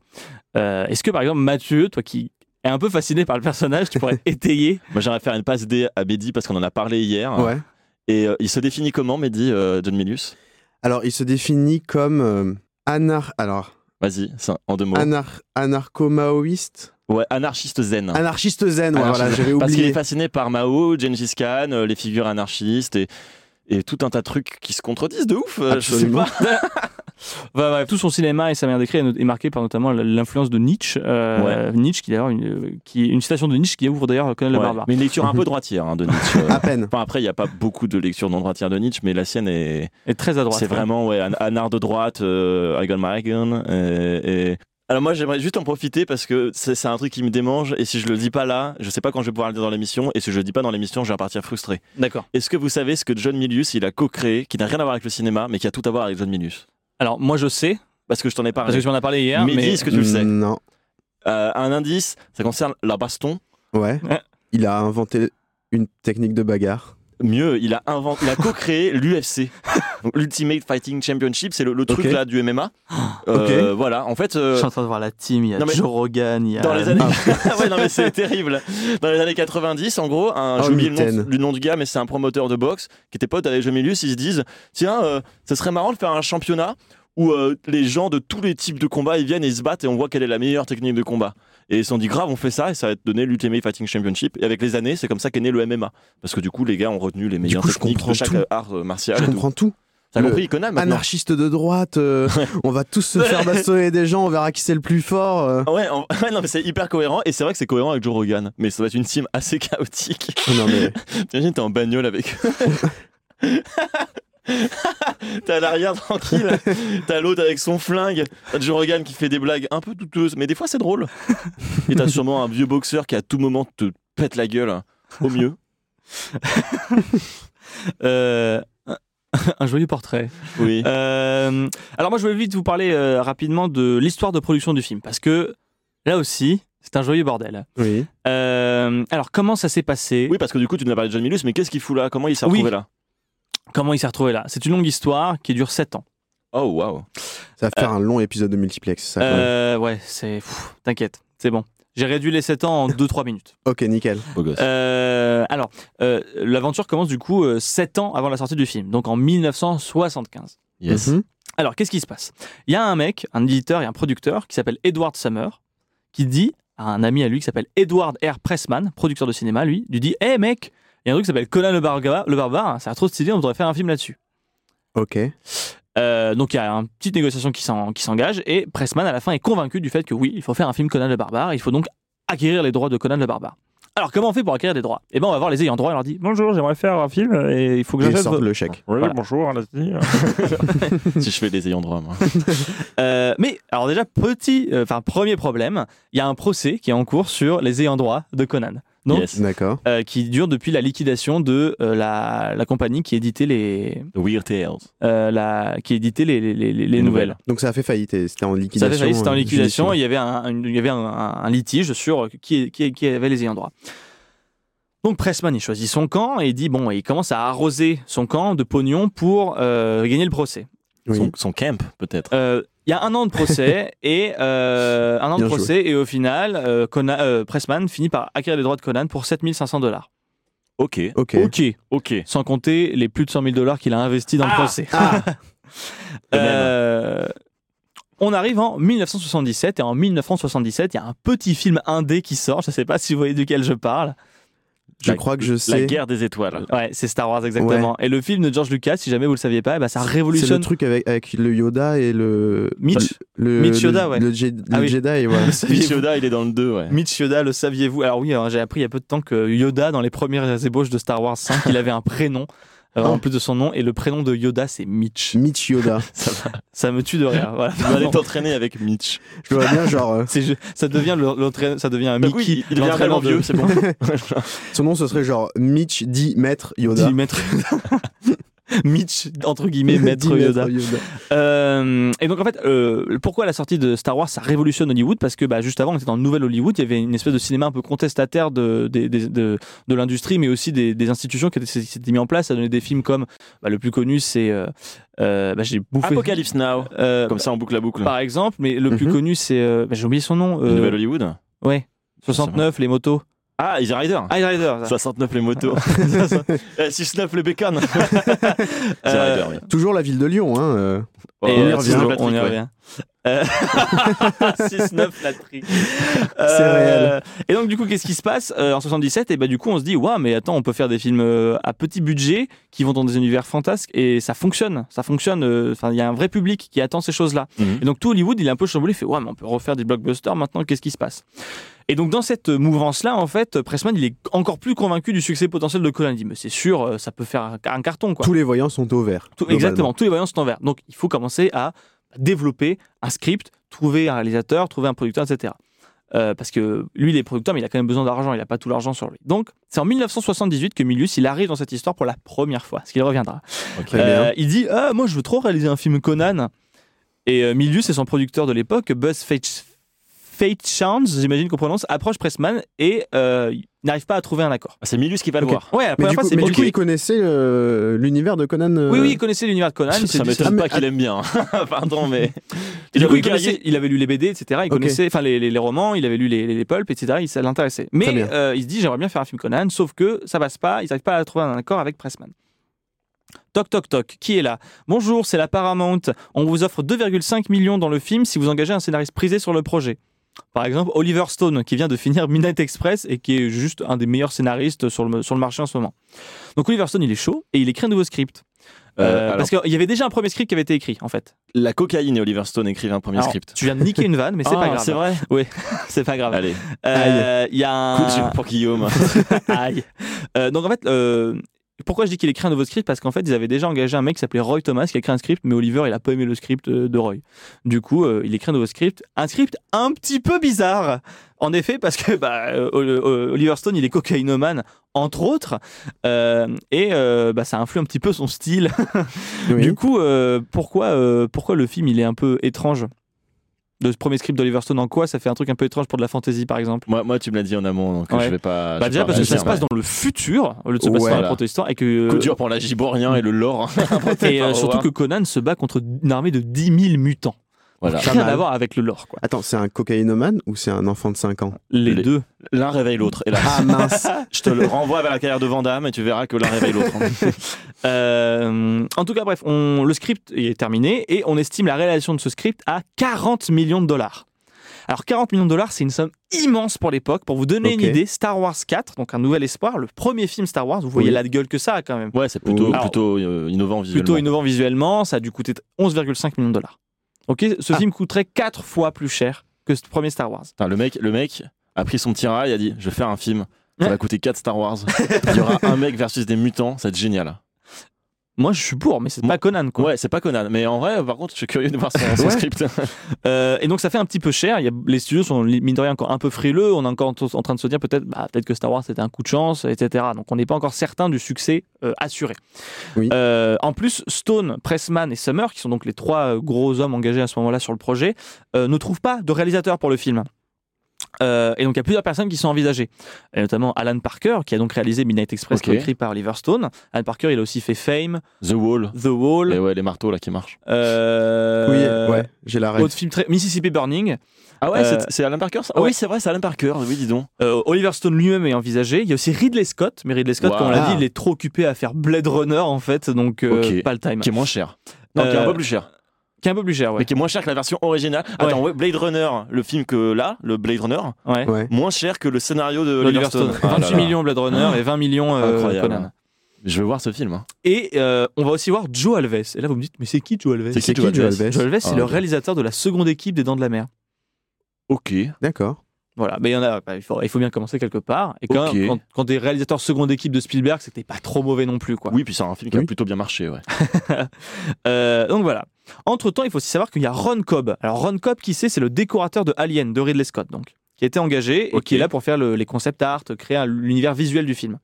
Euh, Est-ce que par exemple Mathieu, toi qui es un peu fasciné par le personnage, tu (laughs) pourrais étayer Moi, j'aimerais faire une passe D à Mehdi parce qu'on en a parlé hier. Ouais. Et euh, il se définit comment, Mehdi, euh, John Milius Alors, il se définit comme euh, anar... Alors, Vas-y, c'est un- en deux mots. anar... anarcho-maoïste ouais, anarchiste zen. Anarchiste zen, ouais, Anarchiste voilà, zen. j'avais Parce qu'il est Ah, oublié. fasciné par Mao, Gengis Khan, euh, les figures anarchistes et, et tout un tas de trucs qui se contredisent de ouf. euh, je sais Absolument. pas. (laughs) Enfin, bref, tout son cinéma et sa manière d'écrire est not- est marqué par notamment l- l'influence de Nietzsche. Euh, Nietzsche, qui d'ailleurs une, qui, une citation de Nietzsche qui ouvre d'ailleurs Conan le Ouais, Barbare. Mais une lecture un peu droitière hein, de Nietzsche. euh. À peine. Enfin, après, il n'y a pas beaucoup de lectures non droitières de Nietzsche, mais la sienne est. Et très à droite. C'est vraiment, ouais, un anard de droite, euh, I got my gun, et, et- Alors, moi, j'aimerais juste en profiter parce que c'est c'est un truc qui me démange, et si je le dis pas là, je sais pas quand je vais pouvoir le dire dans l'émission, et si je le dis pas dans l'émission, je vais partir frustré. D'accord. Est-ce que vous savez ce que John Milius, il a co-créé, qui n'a rien à voir avec le cinéma, mais qui a tout à voir avec John Milius Alors moi je sais, Parce que je t'en ai parce que parlé. tu en as parlé hier, Ah, mais, mais, dis ce (laughs) que tu le sais. Non. Euh, un indice, ça concerne la baston. Ouais. Ouais. Il a inventé une technique de bagarre. Mieux, il a inventé, il a co-créé (laughs) l'UFC, Donc, l'Ultimate Fighting Championship, c'est le, le truc Ok. là du MMA. Euh, Voilà, en fait, euh, je suis en train de voir la team, il y a Non, mais- Joe Rogan, il y a... dans les années, (laughs) ouais, non mais c'est terrible. Dans les années 90, en gros, un, Oh, j'ai oublié le nom, mitaine. le nom du gars, mais c'est un promoteur de boxe qui était pote avec Jomilius. Ils se disent, tiens, euh, ça serait marrant de faire un championnat où euh, les gens de tous les types de combats ils viennent et ils se battent et on voit quelle est la meilleure technique de combat. Et ils se sont dit grave, on fait ça et ça va te donner l'Ultimate Fighting Championship. Et avec les années, c'est comme ça qu'est né le MMA parce que du coup, les gars ont retenu les meilleures coup, je techniques de comprends chaque tout. euh, art euh, martial. Je et tout. comprends tout. T'as Le compris, Conan maintenant. Anarchiste de droite, (laughs) euh, on va tous se faire bastonner des gens, on verra qui c'est le plus fort. (laughs) euh. Ah Ouais, en- ouais, non, mais c'est hyper cohérent et c'est vrai que c'est cohérent avec Joe Rogan, mais ça va être une team assez chaotique. Non, mais T'imagines, t'es en bagnole avec (laughs) eux. T'as l'arrière tranquille, t'as l'autre avec son flingue, t'as Joe Rogan qui fait des blagues un peu douteuses, mais des fois c'est drôle. Et t'as sûrement un vieux boxeur qui à tout moment te pète la gueule, au mieux. (laughs) Euh, un- un joli portrait. Oui. Euh, alors moi je voulais vite vous parler euh, rapidement de l'histoire de production du film parce que là aussi c'est un joyeux bordel. oui. Euh, alors comment ça s'est passé Oui, parce que du coup, tu nous as parlé de John Milus, mais qu'est-ce qu'il fout là Comment il s'est Oui. retrouvé là Comment il s'est retrouvé là C'est une longue histoire qui dure 7 ans. Oh, waouh. Ça va faire un long épisode de multiplex. Ça, quand même. Euh, ouais, c'est... pff, T'inquiète, c'est bon. J'ai réduit les 7 ans en 2-3 minutes. Ok, nickel. Beau gosse. Euh, alors, euh, l'aventure commence du coup 7 ans avant la sortie du film, donc en 1975. Yes. Mhm. Alors, qu'est-ce qui se passe Il y a un mec, un éditeur et un producteur qui s'appelle Edward Summer, qui dit à un ami à lui qui s'appelle Edward R. Pressman, producteur de cinéma, lui, lui dit Hé mec, il y a un truc qui s'appelle Conan le, Barga- le Barbare, c'est trop stylé, on devrait faire un film là-dessus. Ok. Euh, donc il y a une petite négociation qui s'en- qui s'engage et Pressman à la fin est convaincu du fait que oui, il faut faire un film Conan le Barbare, il faut donc acquérir les droits de Conan le Barbare. Alors comment on fait pour acquérir des droits Eh ben on va voir les ayants droit et on leur dit bonjour, j'aimerais faire un film et il faut que Ils j'achète. sortent vos- le chèque. Oui, Voilà. bonjour, allez-y. si je fais les ayants droit, moi. Euh, mais alors déjà petit, euh, enfin premier problème, il y a un procès qui est en cours sur les ayants droit de Conan. Donc yes. D'accord. euh, qui dure depuis la liquidation de euh, la, la compagnie qui éditait les The Weird Tales. euh, la, qui éditait les, les- les- les nouvelles. Donc ça a fait faillite et c'était en Ça liquidation. avait failli, c'était en euh, liquidation. judiciaire. Il y avait un, une- il y avait un, un- un litige sur qui, qui, qui avait les ayants droit. Donc Pressman, il choisit son camp et il dit bon, il commence à arroser son camp de pognon pour euh, gagner le procès. Oui. Son, son camp, peut-être. Euh, Il y a un an de (laughs) procès et euh, un an Bien de joué. procès et au final, euh, Conan- euh, Pressman finit par acquérir les droits de Conan pour 7500 dollars. Ok. Ok. Ok. Ok. Sans compter les plus de 100 000 dollars qu'il a investis dans le procès. (laughs) Euh, on arrive en 1977 et en 1977, il y a un petit film indé qui sort. Je ne sais pas si vous voyez duquel je parle. Je La- crois que je La sais. guerre des étoiles. Ouais, c'est Star Wars exactement. Et le film de George Lucas, si jamais vous le saviez pas, eh ben, ça C'est le révolutionne. truc avec, avec le Yoda et le. Mitch. Le, Mitch le- Yoda, ouais. Le, Je- le Ah oui. Jedi, (laughs) voilà. Le saviez-vous Yoda, il est dans le 2, (laughs) ouais. Mitch Yoda, le saviez-vous Alors oui, hein, j'ai appris il y a peu de temps que Yoda, dans les premières ébauches de Star Wars 5, il avait un prénom euh, en plus de son nom, et le prénom de Yoda, c'est Mitch. Mitch Yoda. Ça me tue de rire. Voilà, Vous allez t'entraîner avec Mitch. Je vois bien, genre. euh, C'est ju- ça devient le- l'entraîne- ça devient un Bah Mickey, oui, il devient l'entraîneur de- vraiment vieux, c'est (laughs) bon. Son nom, ce serait genre Mitch 10 mètres Yoda. 10 mètres. (laughs) Mitch, entre (laughs) guillemets, maître 10 Yoda. Euh, et donc, en fait, euh, pourquoi la sortie de Star Wars, ça révolutionne Hollywood Parce que bah, juste avant, on était dans le nouvel Hollywood, il y avait une espèce de cinéma un peu contestataire de, des- des- de, de l'industrie, mais aussi des, des institutions qui étaient- qui s'étaient mis en place. Ça donnait des films comme bah, le plus connu, c'est. euh, euh, bah, J'ai bouffé. Apocalypse Now. Euh, Comme ça, on boucle la boucle. Par exemple, mais le plus Mhm. connu, c'est. euh, bah, J'ai oublié son nom. Le euh, Nouvel Hollywood. ouais. 69, les motos. Ah, Easy Rider. High Rider. ça. 69 les motos. (laughs) Euh, 69 le (laughs) bacon. Easy Euh, Rider, oui. Toujours la ville de Lyon, hein. euh. Et, on y euh, revient, toujours, Patrick, on y ouais. revient. (laughs) Euh, 6-9 la trique. C'est réel. Euh, Et donc, du coup, qu'est-ce qui se passe Euh, en 77 Et bah, du coup, on se dit, waouh, mais attends, on peut faire des films euh, à petit budget qui vont dans des univers fantasques et ça fonctionne. Ça fonctionne. euh, Enfin, il y a un vrai public qui attend ces choses-là. Mhm. Et donc, tout Hollywood, il est un peu chamboulé. Il fait, ouais, mais on peut refaire des blockbusters maintenant, qu'est-ce qui se passe et donc dans cette euh, mouvance-là, en fait, euh, Pressman, il est encore plus convaincu du succès potentiel de Conan. Il dit, mais c'est sûr, euh, ça peut faire un, un carton, quoi. Tous les voyants sont au vert. Tout- globalement. exactement, tous les voyants sont en vert. Donc il faut commencer à développer un script, trouver un réalisateur, trouver un producteur, etc. Euh, parce que lui, il est producteur, mais il a quand même besoin d'argent, il n'a pas tout l'argent sur lui. Donc c'est en 1978 que Milius, il arrive dans cette histoire pour la première fois, ce qu'il reviendra. Très bien. Euh, il dit Ah, moi je veux trop réaliser un film Conan. Et euh, Milius et son producteur de l'époque, Buzz Fate, Fate j'imagine qu'on prononce, approche Pressman et euh, il n'arrive pas à trouver un accord. Ah, C'est Milus qui va le Ok. voir. Ouais, la Mais première du fois, coup, c'est mais du Milius. coup, il connaissait euh, l'univers de Conan. euh, Oui, oui, il connaissait l'univers de (laughs) Conan. il s'est Ah, ça dit, m'étonne mais- pas qu'il aime bien. hein. (laughs) Pardon, mais. Et du Le coup, il, guerrier- connaissait- il avait lu les BD, etc. Il connaissait, enfin, les, les- les romans, il avait lu les, les, les pulps, etc. Il, ça l'intéressait. Très Mais bien. euh, il se dit, j'aimerais bien faire un film Conan, sauf que ça passe pas, ils n'arrivent pas à trouver un accord avec Pressman. Toc, toc, toc, qui est là Bonjour, c'est la Paramount. On vous offre 2,5 millions dans le film si vous engagez un scénariste prisé sur le projet. Par exemple, Oliver Stone, qui vient de finir Midnight Express et qui est juste un des meilleurs scénaristes sur le, sur le marché en ce moment. Donc Oliver Stone, il est chaud et il écrit un nouveau script. Euh, Euh, alors- parce qu'il y avait déjà un premier script qui avait été écrit, en fait. La cocaïne et Oliver Stone écrivent un premier Alors, script. Tu viens de niquer une vanne, mais c'est Ah, pas grave. C'est vrai. (laughs) C'est pas grave. Allez, Euh, Il y a un. coup de jus pour (laughs) Guillaume. Aïe. Euh, donc en fait, euh, pourquoi je dis qu'il écrit un nouveau script Parce qu'en fait, ils avaient déjà engagé un mec qui s'appelait Roy Thomas qui a écrit un script, mais Oliver, il a pas aimé le script euh, de Roy. Du coup, euh, il écrit un nouveau script, un script un petit peu bizarre. En effet, parce que bah, euh, euh, Oliver Stone, il est cocaïnomane, entre autres, Euh, et euh, bah, ça influe un petit peu son style. oui. Du coup, euh, pourquoi, euh, pourquoi le film il est un peu étrange de ce premier script d'Oliver Stone en quoi ça fait un truc un peu étrange pour de la fantasy par exemple Moi, moi, tu me l'as dit en amont, donc Ouais. je vais bah pas. je vais déjà Ah, pas parce que ça se réagir, passe dans le futur au lieu de se passer Ouais. dans le Voilà. protestant et que mais- Coup dur pour la giborien et le lore. et euh, (laughs) Au surtout revoir. que Conan se bat contre une armée de 10 000 mutants (laughs) Voilà. Pas Rien mal. à voir avec le lore, quoi. Attends, c'est un cocaïnomane ou c'est un enfant de 5 ans Les, Les- deux. L'un réveille l'autre. Et là, Ah mince je te le renvoie vers la carrière de Van Damme et tu verras que l'un réveille l'autre. hein. (laughs) Euh, en tout cas, bref, on, le script est terminé et on estime la réalisation de ce script à 40 millions de dollars. Alors 40 millions de dollars, c'est une somme immense pour l'époque. Pour vous donner une Ok. idée, Star Wars 4, donc un nouvel espoir, le premier film Star Wars, vous voyez Oui. la gueule que ça a quand même. Ouais, c'est plutôt, Ouh. plutôt euh, innovant visuellement. Plutôt innovant visuellement, ça a dû coûter 11,5 millions de dollars. Ok, ce Ah. film coûterait 4 fois plus cher que ce premier Star Wars. Putain, le, mec, le mec a pris son petit rat et a dit Je vais faire un film. Ça Ouais. va coûter 4 Star Wars. Il y aura un mec versus des mutants, ça va être génial. Moi, je suis pour, mais c'est Moi- pas Conan, quoi. Ouais, c'est pas Conan. Mais en vrai, par contre, je suis curieux de voir son, son Ouais. script. Euh, et donc ça fait un petit peu cher. Il y a, les studios sont li- mine de rien encore un peu frileux. On est encore en, t- en train de se dire peut-être bah, peut-être que Star Wars c'était un coup de chance, etc. Donc on n'est pas encore certain du succès euh, assuré. Oui. Euh, en plus, Stone, Pressman et Summer, qui sont donc les trois euh, gros hommes engagés à ce moment-là sur le projet, euh, ne trouvent pas de réalisateur pour le film. Euh, et donc il y a plusieurs personnes qui sont envisagées, et notamment Alan Parker, qui a donc réalisé Midnight Express, Ok. écrit par Oliver Stone. Alan Parker, il a aussi fait Fame, The Wall. The Wall. Et ouais, les marteaux là qui marchent. euh, (laughs) Oui, ouais, j'ai la ref. Autre film très Mississippi Burning. Ah ouais, ouais, c'est- c'est Alan Parker Ah oui, Oui, c'est vrai, c'est Alan Parker. Oui, dis donc. Euh, Oliver Stone lui-même est envisagé. Il y a aussi Ridley Scott, mais Ridley Scott, Wow. comme on l'a dit, Ah. il est trop occupé à faire Blade Runner en fait, donc euh, Ok. pas le time. Qui est moins cher. Non, qui est Euh, un peu plus cher. Qui est un peu plus cher, Mais ouais. qui est moins cher que la version originale. Attends, ouais, Blade Runner, le film que là, le Blade Runner, ouais. Ouais. moins cher que le scénario de Oliver Stone. Ah là 28 là. millions Blade Runner et 20 millions euh, Incroyable. Conan. Je veux voir ce film. hein. Et euh, on va aussi voir Joe Alves. Et là, vous me dites, mais c'est qui Joe Alves C'est qui, qui, Joe Joe Alves Alves Joe Alves, c'est Ah, le ok. réalisateur de la seconde équipe des Dents de la Mer. Ok. D'accord. Voilà, mais il y en a, bah, il, faut, il faut bien commencer quelque part. Et quand, Ok. quand, quand t'es réalisateur seconde équipe de Spielberg, c'était pas trop mauvais non plus, quoi. Oui, puis c'est un film qui a Oui. plutôt bien marché, ouais. Euh, donc voilà. Entre temps, il faut aussi savoir qu'il y a Ron Cobb. Alors Ron Cobb, qui c'est, c'est le décorateur de Alien, de Ridley Scott, donc, qui a été engagé et Ok. qui est là pour faire le- les concept art, créer un- l'univers visuel du film.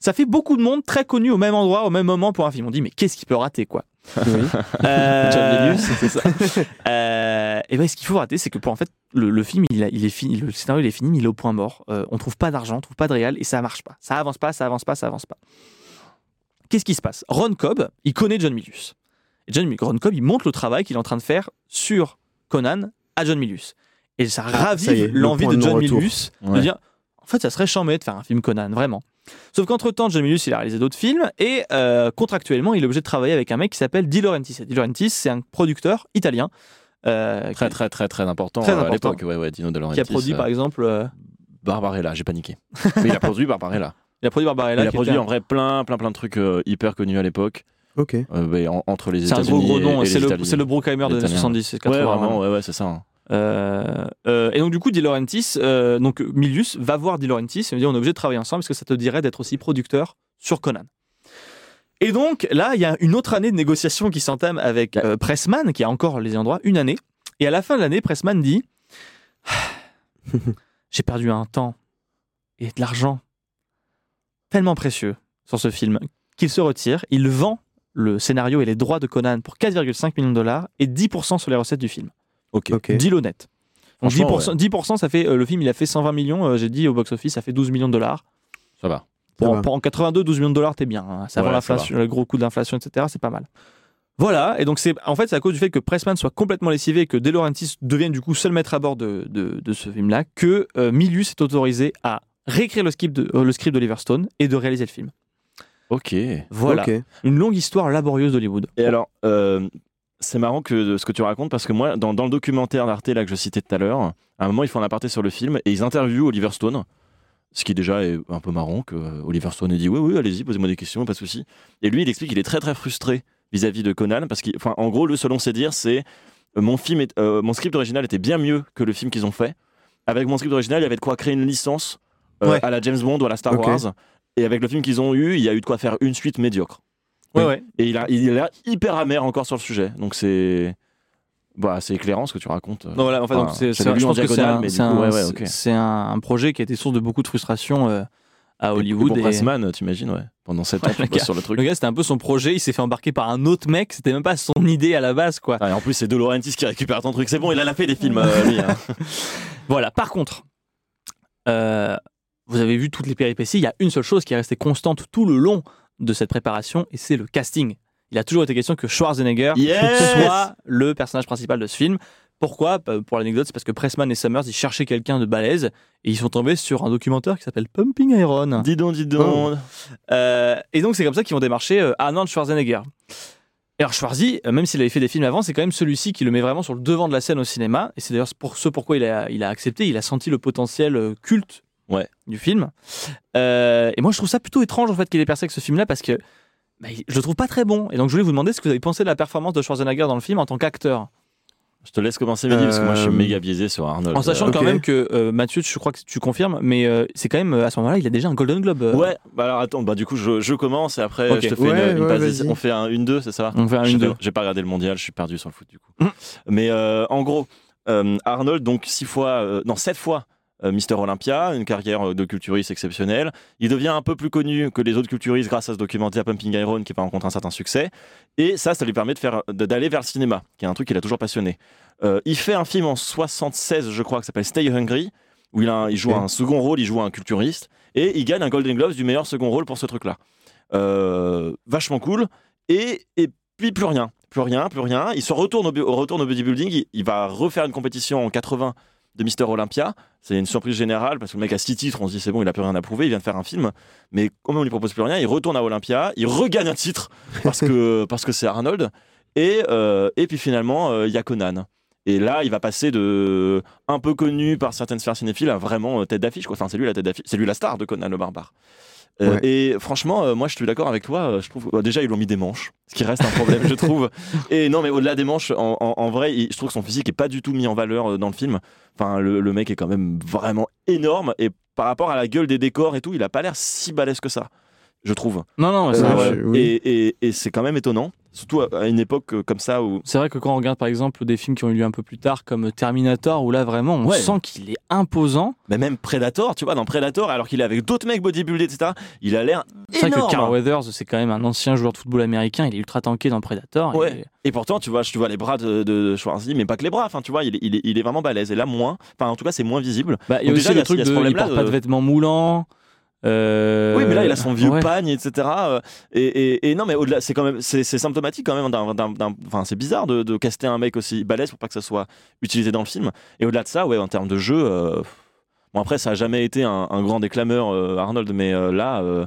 Ça fait beaucoup de monde très connu au même endroit, au même moment pour un film. On dit mais qu'est-ce qui peut rater quoi Euh, John Milius, c'est ça. (laughs) Euh, et ben ce qu'il faut rater, c'est que pour en fait le, le film, il, a- il est fini, le scénario il est fini, mais il est au point mort. Euh, on trouve pas d'argent, on trouve pas de réal et ça marche pas. Ça avance pas, ça avance pas, ça avance pas. Qu'est-ce qui se passe Ron Cobb, il connaît John Milius. Et John Ron Cobb, il montre le travail qu'il est en train de faire sur Conan à John Milius. Et ça Ah, ça y est, ravive le l'envie point de de John non-retour. Milius de Ouais. dire en fait, ça serait chambé de faire un film Conan, vraiment. Sauf qu'entre-temps, John Milius, il a réalisé d'autres films et euh, contractuellement, il est obligé de travailler avec un mec qui s'appelle Di Laurentiis. Et Di Laurentiis, c'est un producteur italien euh, Très, qui, très, très, très important Très euh, à important. l'époque. Ouais, ouais, Dino De Laurentiis. qui a produit, euh, par exemple, euh, Barbarella, (laughs) j'ai paniqué. Mais il a produit Barbarella. il a produit Barbarella. il a qui produit était un- en vrai plein, plein, plein de trucs euh, hyper connus à l'époque. Ok. euh, ben, en- entre les C'est un gros États-Unis gros et- nom, et c'est les le, Italiens. c'est le Bruckheimer Les des années Italiens. 70, et 80. Ouais, vraiment, ouais, ouais, c'est ça. hein. Euh, euh, et donc, du coup, Di Laurentiis, euh, donc Milius, va voir Di Laurentiis et lui dit on est obligé de travailler ensemble parce que ça te dirait d'être aussi producteur sur Conan. Et donc, là, il y a une autre année de négociation qui s'entame avec Ouais. euh, Pressman, qui a encore les endroits, une année. Et à la fin de l'année, Pressman dit J'ai perdu un temps et de l'argent tellement précieux sur ce film qu'il se retire, il vend le scénario et les droits de Conan pour 4,5 millions de dollars et 10% sur les recettes du film. Ok. Ok. Dis l'honnête. Donc Franchement, 10%, 10%, ça fait euh, le film, il a fait 120 millions, euh, j'ai dit au box-office, ça fait 12 millions de dollars. Ça va. Pour, Ça en, va. pour- en 82, 12 millions de dollars, t'es bien. hein. C'est avant Eh ben. Ouais, ça l'inflation, le gros coup de l'inflation, etc. C'est pas mal. Voilà, et donc c'est en fait c'est à cause du fait que Pressman soit complètement lessivé et que De Laurentiis devienne du coup seul maître à bord de, de- de ce film-là que euh, Milius est autorisé à réécrire le script de- euh, le script d'Oliver Stone et de réaliser le film. Ok. Et Voilà, Ok. une longue histoire laborieuse d'Hollywood. alors, euh, c'est marrant que euh, ce que tu racontes parce que moi, dans, dans le documentaire d'Arte là que je citais tout à l'heure, à un moment ils font un aparté sur le film et ils interviewent Oliver Stone, ce qui déjà est un peu marrant que euh, Oliver Stone ait dit oui oui allez-y posez-moi des questions pas de souci. Et lui il explique qu'il est très très frustré vis-à-vis de Conan parce qu'en gros le selon ses dires c'est euh, mon film est- euh, mon script original était bien mieux que le film qu'ils ont fait. Avec mon script original il y avait de quoi créer une licence euh, Ouais. à la James Bond ou à la Star Ok. Wars. Et avec le film qu'ils ont eu, il y a eu de quoi faire une suite médiocre. Ouais, ouais. Et il a, il a l'air hyper amer encore sur le sujet. Donc c'est. Bah, c'est éclairant ce que tu racontes. Non, voilà, enfin, Enfin, donc, c'est, je c'est- l'ai Ah, lu je en pense que c'est diagonale, un, mais c'est du un- coup, ouais, ouais, ok. c'est un- un projet qui a été source de beaucoup de frustration euh, à Hollywood. Pour et- Pressman, t'imagines, ouais. Pendant 7 ans, Ouais, tu le bosses gars- sur le truc. le gars, c'était un peu son projet, il s'est fait embarquer par un autre mec, c'était même pas son idée à la base, quoi. Ah, et en plus, c'est De Laurentiis qui récupère ton truc. C'est bon, il en a fait des films, euh, (laughs) lui, hein. Voilà, par contre, euh, vous avez vu toutes les péripéties, il y a une seule chose qui est restée constante tout le long de cette préparation, et c'est le casting. il a toujours été question que Schwarzenegger Yes soit le personnage principal de ce film. Pourquoi Bah, Pour l'anecdote, c'est parce que Pressman et Summers, ils cherchaient quelqu'un de balèze et ils sont tombés sur un documentaire qui s'appelle Pumping Iron. Dis donc, dis Oh. donc. Euh, et donc, c'est comme ça qu'ils ont démarché euh, Arnold Schwarzenegger. Et alors, Schwarzy, euh, même s'il avait fait des films avant, c'est quand même celui-ci qui le met vraiment sur le devant de la scène au cinéma. Et c'est d'ailleurs pour ce pourquoi il a, il a accepté, il a senti le potentiel euh, culte Ouais. du film. Euh, et moi, je trouve ça plutôt étrange en fait qu'il ait percé avec ce film-là parce que bah, il- je le trouve pas très bon. Et donc, je voulais vous demander ce que vous avez pensé de la performance de Schwarzenegger dans le film en tant qu'acteur. Je te laisse commencer, Mehdi, parce que moi, je suis Euh, méga biaisé sur Arnold. En sachant Euh, quand ok. même que euh, Mathieu, je crois que tu confirmes, mais euh, c'est quand même euh, à ce moment-là, il a déjà un Golden Globe. euh. Ouais, bah alors attends, bah du coup je, je commence et après Ok. je te fais Ouais, une, une ouais, passe vas-y. décisive. On fait un 1-2, c'est ça On fait un Je sais 1-2. pas, J'ai pas regardé le mondial, je suis perdu sur le foot du coup. Mm. Mais euh, en gros, euh, Arnold, donc six fois, euh, non 7 fois euh, Mister Olympia, une carrière euh, de culturiste exceptionnelle. Il devient un peu plus connu que les autres culturistes grâce à ce documentaire Pumping Iron qui va rencontrer un certain succès. Et ça, ça lui permet de faire- de- d'aller vers le cinéma, qui est un truc qu'il a toujours passionné. Euh, il fait un film en 76, je crois, qui s'appelle Stay Hungry, où il, a un- il joue Ok. un second rôle, il joue un culturiste, et il gagne un Golden Globes du meilleur second rôle pour ce truc-là. Euh, vachement cool. Et, et puis plus rien, plus rien, plus rien. Il se retourne au, bu- retourne au bodybuilding, il, il va refaire une compétition en 80 de Mister Olympia. C'est une surprise générale parce que le mec a six titres, on se dit c'est bon, il a plus rien à prouver, il vient de faire un film. Mais comme on lui propose plus rien, il retourne à Olympia, il regagne un titre parce que (laughs) parce que c'est Arnold. Et, euh, et puis finalement, euh, il y a Conan. Et là, il va passer de euh, un peu connu par certaines sphères cinéphiles à vraiment euh, tête d'affiche. quoi. Enfin, c'est lui la tête d'affiche, c'est lui la star de Conan le barbare. Euh, Ouais. Et franchement, euh, moi, je suis d'accord avec toi. euh, je trouve bah, déjà ils lui ont mis des manches, ce qui reste un problème, (laughs) je trouve. Et non, mais au-delà des manches, en, en- en vrai, il- je trouve que son physique est pas du tout mis en valeur euh, dans le film. Enfin, le, le mec est quand même vraiment énorme et par rapport à la gueule des décors et tout, il a pas l'air si balèze que ça, je trouve. Non, non, c'est Euh, vrai. ouais. je- oui. Et, et- et c'est quand même étonnant, surtout à- à une époque euh, comme ça où. C'est vrai que quand on regarde par exemple des films qui ont eu lieu un peu plus tard, comme Terminator, où là vraiment on Ouais. sent qu'il est imposant. Mais même Predator, tu vois, dans Predator, alors qu'il est avec d'autres mecs bodybuildés, etc., il a l'air C'est vrai que Carl énorme. Weathers, c'est quand même un ancien joueur de football américain, il est ultra tanké dans Predator. et- Ouais. Et pourtant, tu vois, tu vois les bras de, de Schwarzy, mais pas que les bras. Enfin, tu vois, il est, il est- il est vraiment balèze. Et là, moins. Enfin, en tout cas, c'est moins visible. Bah, il y a Donc aussi déjà, il y le a- truc il y a ce de il problème-là porte pas de de- vêtements moulants. euh, Oui, mais là, il a son vieux ouais. pagne, etc. euh, Et, et- et non, mais au-delà, c'est quand même, c'est c'est symptomatique quand même. d'un- d'un- d'un- Enfin, c'est bizarre de, de caster un mec aussi balèze pour pas que ça soit utilisé dans le film. Et au-delà de ça, ouais, en termes de jeu, euh, bon après, ça a jamais été un, un grand déclameur euh, Arnold, mais euh, là. euh,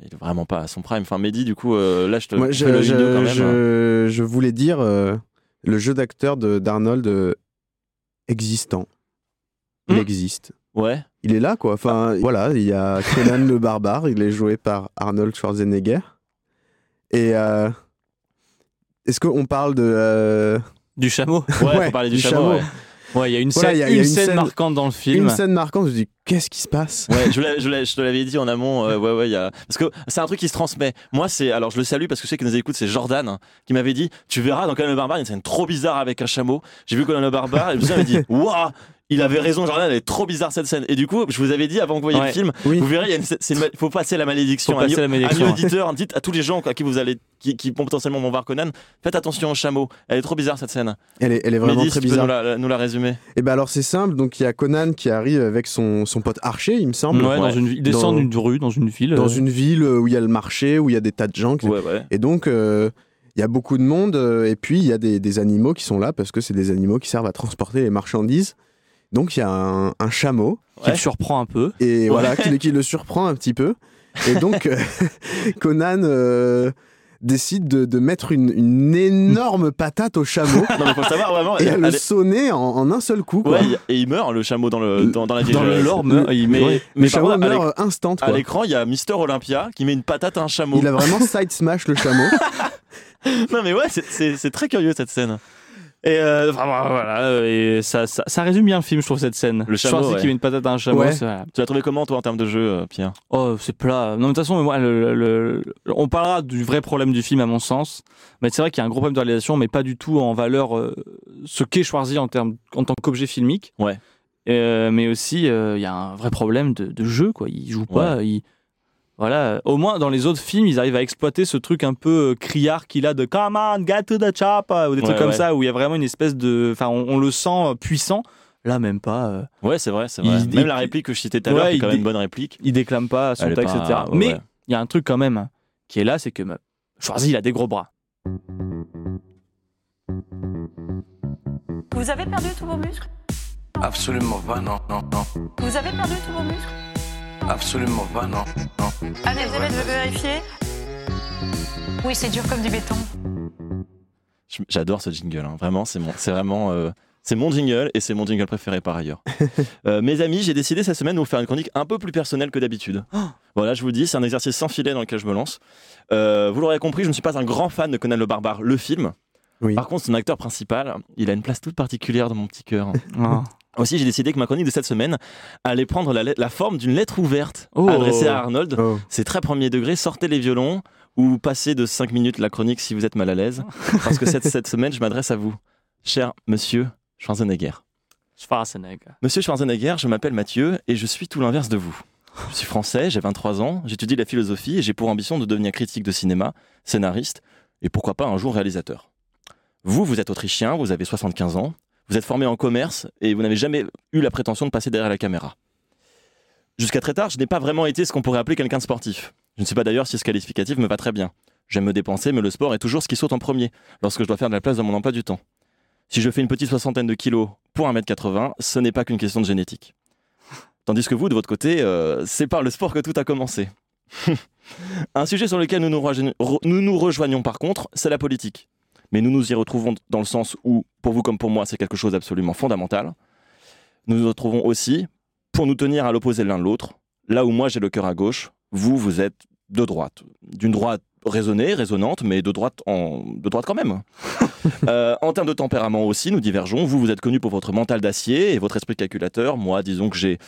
il est vraiment pas à son prime. Enfin, Mehdi, du coup, euh, là, je te Moi, je je, fais le je- window quand même. hein. je- je voulais dire euh, le jeu d'acteur de- d'Arnold euh, existant. Il Hmm. Ah. existe. Ouais. Il est là, quoi. Enfin, voilà, il y a Conan le barbare, il est joué par Arnold Schwarzenegger. Et euh, est-ce qu'on parle de. euh, du chameau. Ouais, Ouais, faut parler du, du chameau. chameau. ouais. (laughs) Ouais, il y a une Voilà, scène, il y a- il y une a une scène scène- marquante dans le film. une scène marquante, je me dis, qu'est-ce qui se passe Ouais, je, l'ai- je l'ai- je te l'avais dit en amont. euh, ouais, ouais, il y a... parce que c'est un truc qui se transmet. Moi, c'est alors je le salue parce que je sais qu'il nous écoute, c'est Jordan hein, qui m'avait dit, tu verras dans Conan le Barbare, il y a une scène trop bizarre avec un chameau. J'ai vu Conan le Barbare et je me (laughs) suis dit, waouh, il avait raison, Jordan, elle est trop bizarre cette scène. Et du coup, je vous avais dit avant que vous voyiez Ouais. le film, Oui. vous verrez, il y a une scène- c'est une ma- faut passer la Faut malédiction. passer la Amis malédiction. auditeurs, dites à tous les gens à qui vous allez, qui, qui potentiellement vont voir Conan, faites attention au chameau. Elle est trop bizarre cette scène. elle est, elle est vraiment Mehdi, très si tu peux bizarre. nous la, la- nous la résumer. Et ben alors, c'est simple. Donc, il y a Conan qui arrive avec son, son pote Archer, il me semble, Ouais, dans Ouais. une, il descend Dans- d'une rue, dans une ville. dans euh, une ville où il y a le marché, où il y a des tas de gens qui Ouais, ouais. Et donc, euh, il y a beaucoup de monde, euh, et puis il y a des, des animaux qui sont là parce que c'est des animaux qui servent à transporter les marchandises. Donc, il y a un, un chameau, qui Ouais. le surprend un peu. et voilà, Ouais. qui, qui le surprend un petit peu. Et donc, euh, (laughs) Conan euh, décide de, de mettre une, une énorme patate au (laughs) chameau Non, mais faut savoir (laughs) vraiment. et à elle le est- sonner en, en un seul coup. quoi. Ouais, il- et il meurt le chameau dans le dans, dans la Dans le digeste. lore, meurt- il Mais, meurt. mais le par chameau contre, à meurt l'éc- euh, instant. à quoi. l'écran, il y a Mister Olympia qui met une patate à un chameau. Il a vraiment side smash le chameau. Non mais ouais, c'est- c'est c'est très curieux cette scène. Et euh, enfin, voilà, voilà, euh, et ça, ça, ça résume bien le film, je trouve, cette scène. Le chameau, Schwarzy ouais. qui met une patate à un chameau. Ouais. c'est- voilà. Tu l'as trouvé comment toi en termes de jeu, euh, Pierre Oh, c'est plat. Non, mais de toute façon, moi, le- le- le- on parlera du vrai problème du film, à mon sens. Mais c'est vrai qu'il y a un gros problème de réalisation, mais pas du tout en valeur euh, ce qu'est Schwarzy en, termes, en tant qu'objet filmique. Ouais. Euh, mais aussi, euh, il y a un vrai problème de, de jeu, quoi. Il joue pas. Il... Voilà. Au moins, dans les autres films, ils arrivent à exploiter ce truc un peu euh, criard qu'il a de Come on, get to the chop ou des Ouais, trucs comme ouais. ça, où il y a vraiment une espèce de. Enfin, on, on le sent euh, puissant. Là, même pas. euh, Ouais, c'est vrai, c'est vrai. Il- Même il- la réplique que je citais tout à l'heure, Ouais, qui est quand il- même une bonne réplique. il déclame pas son Elle est texte, pas- etc. ouais, mais ouais. hein, il y a un truc quand même qui est là, c'est que me- bah, Schwarzy, il a des gros bras. Vous avez perdu tous vos muscles Absolument pas, non, non, non. Vous avez perdu tous vos muscles Absolument pas, non, non. Allez, vous Ouais. je veux vérifier. Oui, c'est dur comme du béton. Je- J'adore ce jingle, hein. vraiment, c'est mon, c'est vraiment, euh, c'est mon jingle et c'est mon jingle préféré par ailleurs. Euh, mes amis, j'ai décidé cette semaine de vous faire une chronique un peu plus personnelle que d'habitude. Voilà, je vous le dis, c'est un exercice sans filet dans lequel je me lance. Euh, vous l'aurez compris, je ne suis pas un grand fan de Conan le Barbare, le film. Oui. Par contre, son acteur principal, il a une place toute particulière dans mon petit cœur. Ah. Aussi, j'ai décidé que ma chronique de cette semaine allait prendre la, let- la forme d'une lettre ouverte Oh. adressée à Arnold. (laughs) Oh. C'est très premier degré, sortez les violons ou passez de 5 minutes la chronique si vous êtes mal à l'aise. Parce que cette, cette semaine, je m'adresse à vous, cher monsieur Schwarzenegger. (laughs) Schwarzenegger. Monsieur Schwarzenegger, je m'appelle Mathieu et je suis tout l'inverse de vous. Je suis français, j'ai 23 ans, j'étudie la philosophie et j'ai pour ambition de devenir critique de cinéma, scénariste et pourquoi pas un jour réalisateur. Vous, vous êtes autrichien, vous avez 75 ans, vous êtes formé en commerce et vous n'avez jamais eu la prétention de passer derrière la caméra. Jusqu'à très tard, je n'ai pas vraiment été ce qu'on pourrait appeler quelqu'un de sportif. Je ne sais pas d'ailleurs si ce qualificatif me va très bien. J'aime me dépenser, mais le sport est toujours ce qui saute en premier lorsque je dois faire de la place dans mon emploi du temps. Si je fais une petite soixantaine de kilos pour 1m80, ce n'est pas qu'une question de génétique. Tandis que vous, de votre côté, euh, c'est par le sport que tout a commencé. Un sujet sur lequel nous nous, rejoignons- re- nous nous rejoignons par contre, c'est la politique. Mais nous nous y retrouvons dans le sens où, pour vous comme pour moi, c'est quelque chose d'absolument fondamental. Nous nous retrouvons aussi pour nous tenir à l'opposé l'un de l'autre. Là où moi j'ai le cœur à gauche, vous, vous êtes de droite. D'une droite raisonnée, résonante, mais de droite, en... de droite quand même. Euh, en termes de tempérament aussi, nous divergeons. Vous, vous êtes connu pour votre mental d'acier et votre esprit calculateur. Moi, disons que j'ai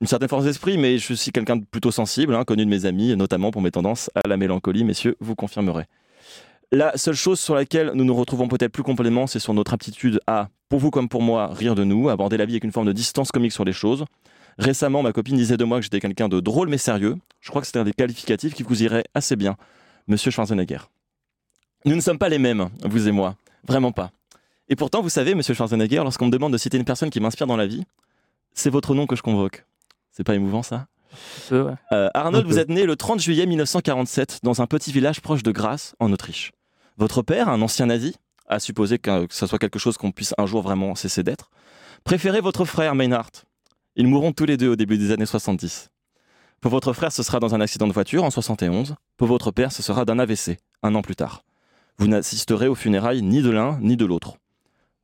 une certaine force d'esprit, mais je suis quelqu'un de plutôt sensible, hein, connu de mes amis, notamment pour mes tendances à la mélancolie. Messieurs, vous confirmerez. La seule chose sur laquelle nous nous retrouvons peut-être plus complètement, c'est sur notre aptitude à, pour vous comme pour moi, rire de nous, aborder la vie avec une forme de distance comique sur les choses. Récemment, ma copine disait de moi que j'étais quelqu'un de drôle mais sérieux. Je crois que c'est un des qualificatifs qui vous irait assez bien, monsieur Schwarzenegger. Nous ne sommes pas les mêmes, vous et moi. Vraiment pas. Et pourtant, vous savez, monsieur Schwarzenegger, lorsqu'on me demande de citer une personne qui m'inspire dans la vie, c'est votre nom que je convoque. C'est pas émouvant ça Peu, ouais. euh, Arnold, Un peu. vous êtes né le 30 juillet 1947 dans un petit village proche de Grasse, en Autriche. Votre père, un ancien nazi, à supposer qu'un- que ce soit quelque chose qu'on puisse un jour vraiment cesser d'être, préférait votre frère Meinhard. Ils mourront tous les deux au début des années 70. Pour votre frère, ce sera dans un accident de voiture en 71. Pour votre père, ce sera d'un AVC, un an plus tard. Vous n'assisterez aux funérailles ni de l'un ni de l'autre.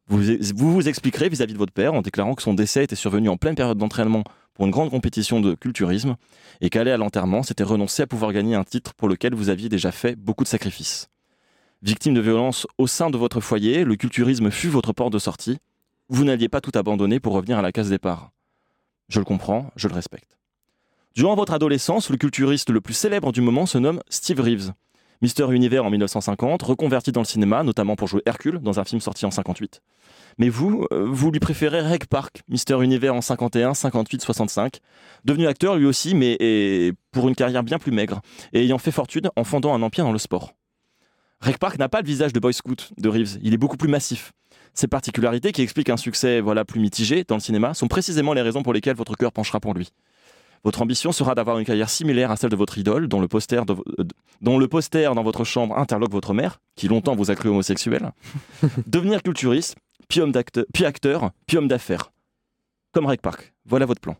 Vous vous, vous expliquerez vis-à-vis de votre père en déclarant que son décès était survenu en pleine période d'entraînement pour une grande compétition de culturisme et qu'aller à l'enterrement, c'était renoncer à pouvoir gagner un titre pour lequel vous aviez déjà fait beaucoup de sacrifices. Victime de violences au sein de votre foyer, le culturisme fut votre porte de sortie. Vous n'alliez pas tout abandonner pour revenir à la case départ. Je le comprends, je le respecte. Durant votre adolescence, le culturiste le plus célèbre du moment se nomme Steve Reeves. Mister Univers en 1950, reconverti dans le cinéma, notamment pour jouer Hercule dans un film sorti en 58. Mais vous, euh, vous lui préférez Reg Park, Mister Univers en 51, 58, 65, devenu acteur lui aussi, mais et pour une carrière bien plus maigre, et ayant fait fortune en fondant un empire dans le sport. Rec Park n'a pas le visage de Boy Scout de Reeves, il est beaucoup plus massif. Ces particularités qui expliquent un succès voilà plus mitigé dans le cinéma sont précisément les raisons pour lesquelles votre cœur penchera pour lui. Votre ambition sera d'avoir une carrière similaire à celle de votre idole, dont le poster, de vo- euh, dont le poster dans votre chambre interloque votre mère, qui longtemps vous a cru homosexuel. Devenir culturiste, puis homme d'acte- puis acteur, puis homme d'affaires. Comme Rec Park, voilà votre plan.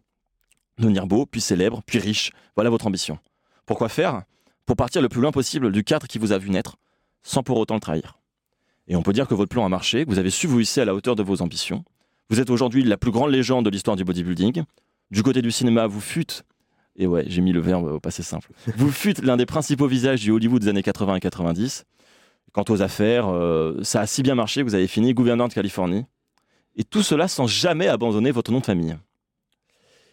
Devenir beau, puis célèbre, puis riche, voilà votre ambition. Pourquoi faire Pour partir le plus loin possible du cadre qui vous a vu naître, sans pour autant le trahir. Et on peut dire que votre plan a marché, que vous avez su vous hisser à la hauteur de vos ambitions. Vous êtes aujourd'hui la plus grande légende de l'histoire du bodybuilding. Du côté du cinéma, vous fûtes, et ouais, j'ai mis le verbe au passé simple, vous fûtes l'un des principaux visages du Hollywood des années 80 et 90. Quant aux affaires, euh, ça a si bien marché que vous avez fini gouverneur de Californie. Et tout cela sans jamais abandonner votre nom de famille.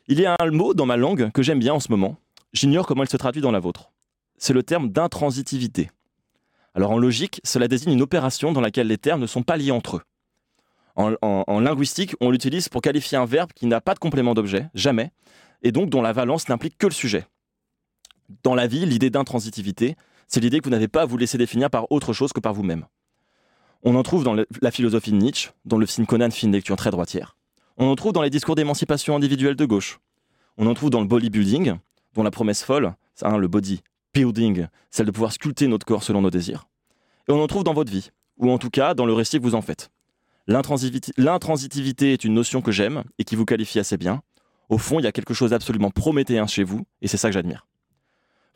Il y a un mot dans ma langue que j'aime bien en ce moment. J'ignore comment il se traduit dans la vôtre. C'est le terme d'intransitivité. Alors en logique, cela désigne une opération dans laquelle les termes ne sont pas liés entre eux. En, en- en linguistique, on l'utilise pour qualifier un verbe qui n'a pas de complément d'objet, jamais, et donc dont la valence n'implique que le sujet. Dans la vie, l'idée d'intransitivité, c'est l'idée que vous n'avez pas à vous laisser définir par autre chose que par vous-même. On en trouve dans le- la philosophie de Nietzsche, dont le film Conan fit une lecture très droitière. On en trouve dans les discours d'émancipation individuelle de gauche. On en trouve dans le bodybuilding, dont la promesse folle, c'est, hein, le body building, celle de pouvoir sculpter notre corps selon nos désirs. Et on en trouve dans votre vie, ou en tout cas dans le récit que vous en faites. L'intransitivité- L'intransitivité est une notion que j'aime et qui vous qualifie assez bien. Au fond, il y a quelque chose d'absolument prométhéen chez vous, et c'est ça que j'admire.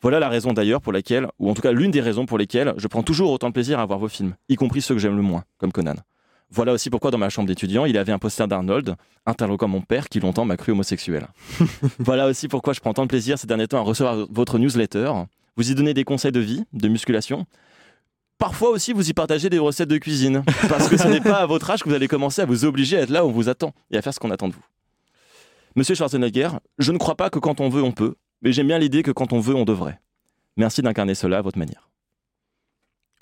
Voilà la raison d'ailleurs pour laquelle, ou en tout cas l'une des raisons pour lesquelles, je prends toujours autant de plaisir à voir vos films, y compris ceux que j'aime le moins, comme Conan. Voilà aussi pourquoi dans ma chambre d'étudiant, il avait un poster d'Arnold, interloquant mon père qui longtemps m'a cru homosexuel. voilà aussi pourquoi je prends tant de plaisir ces derniers temps à recevoir votre newsletter. Vous y donnez des conseils de vie, de musculation. Parfois aussi, vous y partagez des recettes de cuisine. Parce que ce n'est pas à votre âge que vous allez commencer à vous obliger à être là où on vous attend et à faire ce qu'on attend de vous. Monsieur Schwarzenegger, je ne crois pas que quand on veut, on peut. Mais j'aime bien l'idée que quand on veut, on devrait. Merci d'incarner cela à votre manière.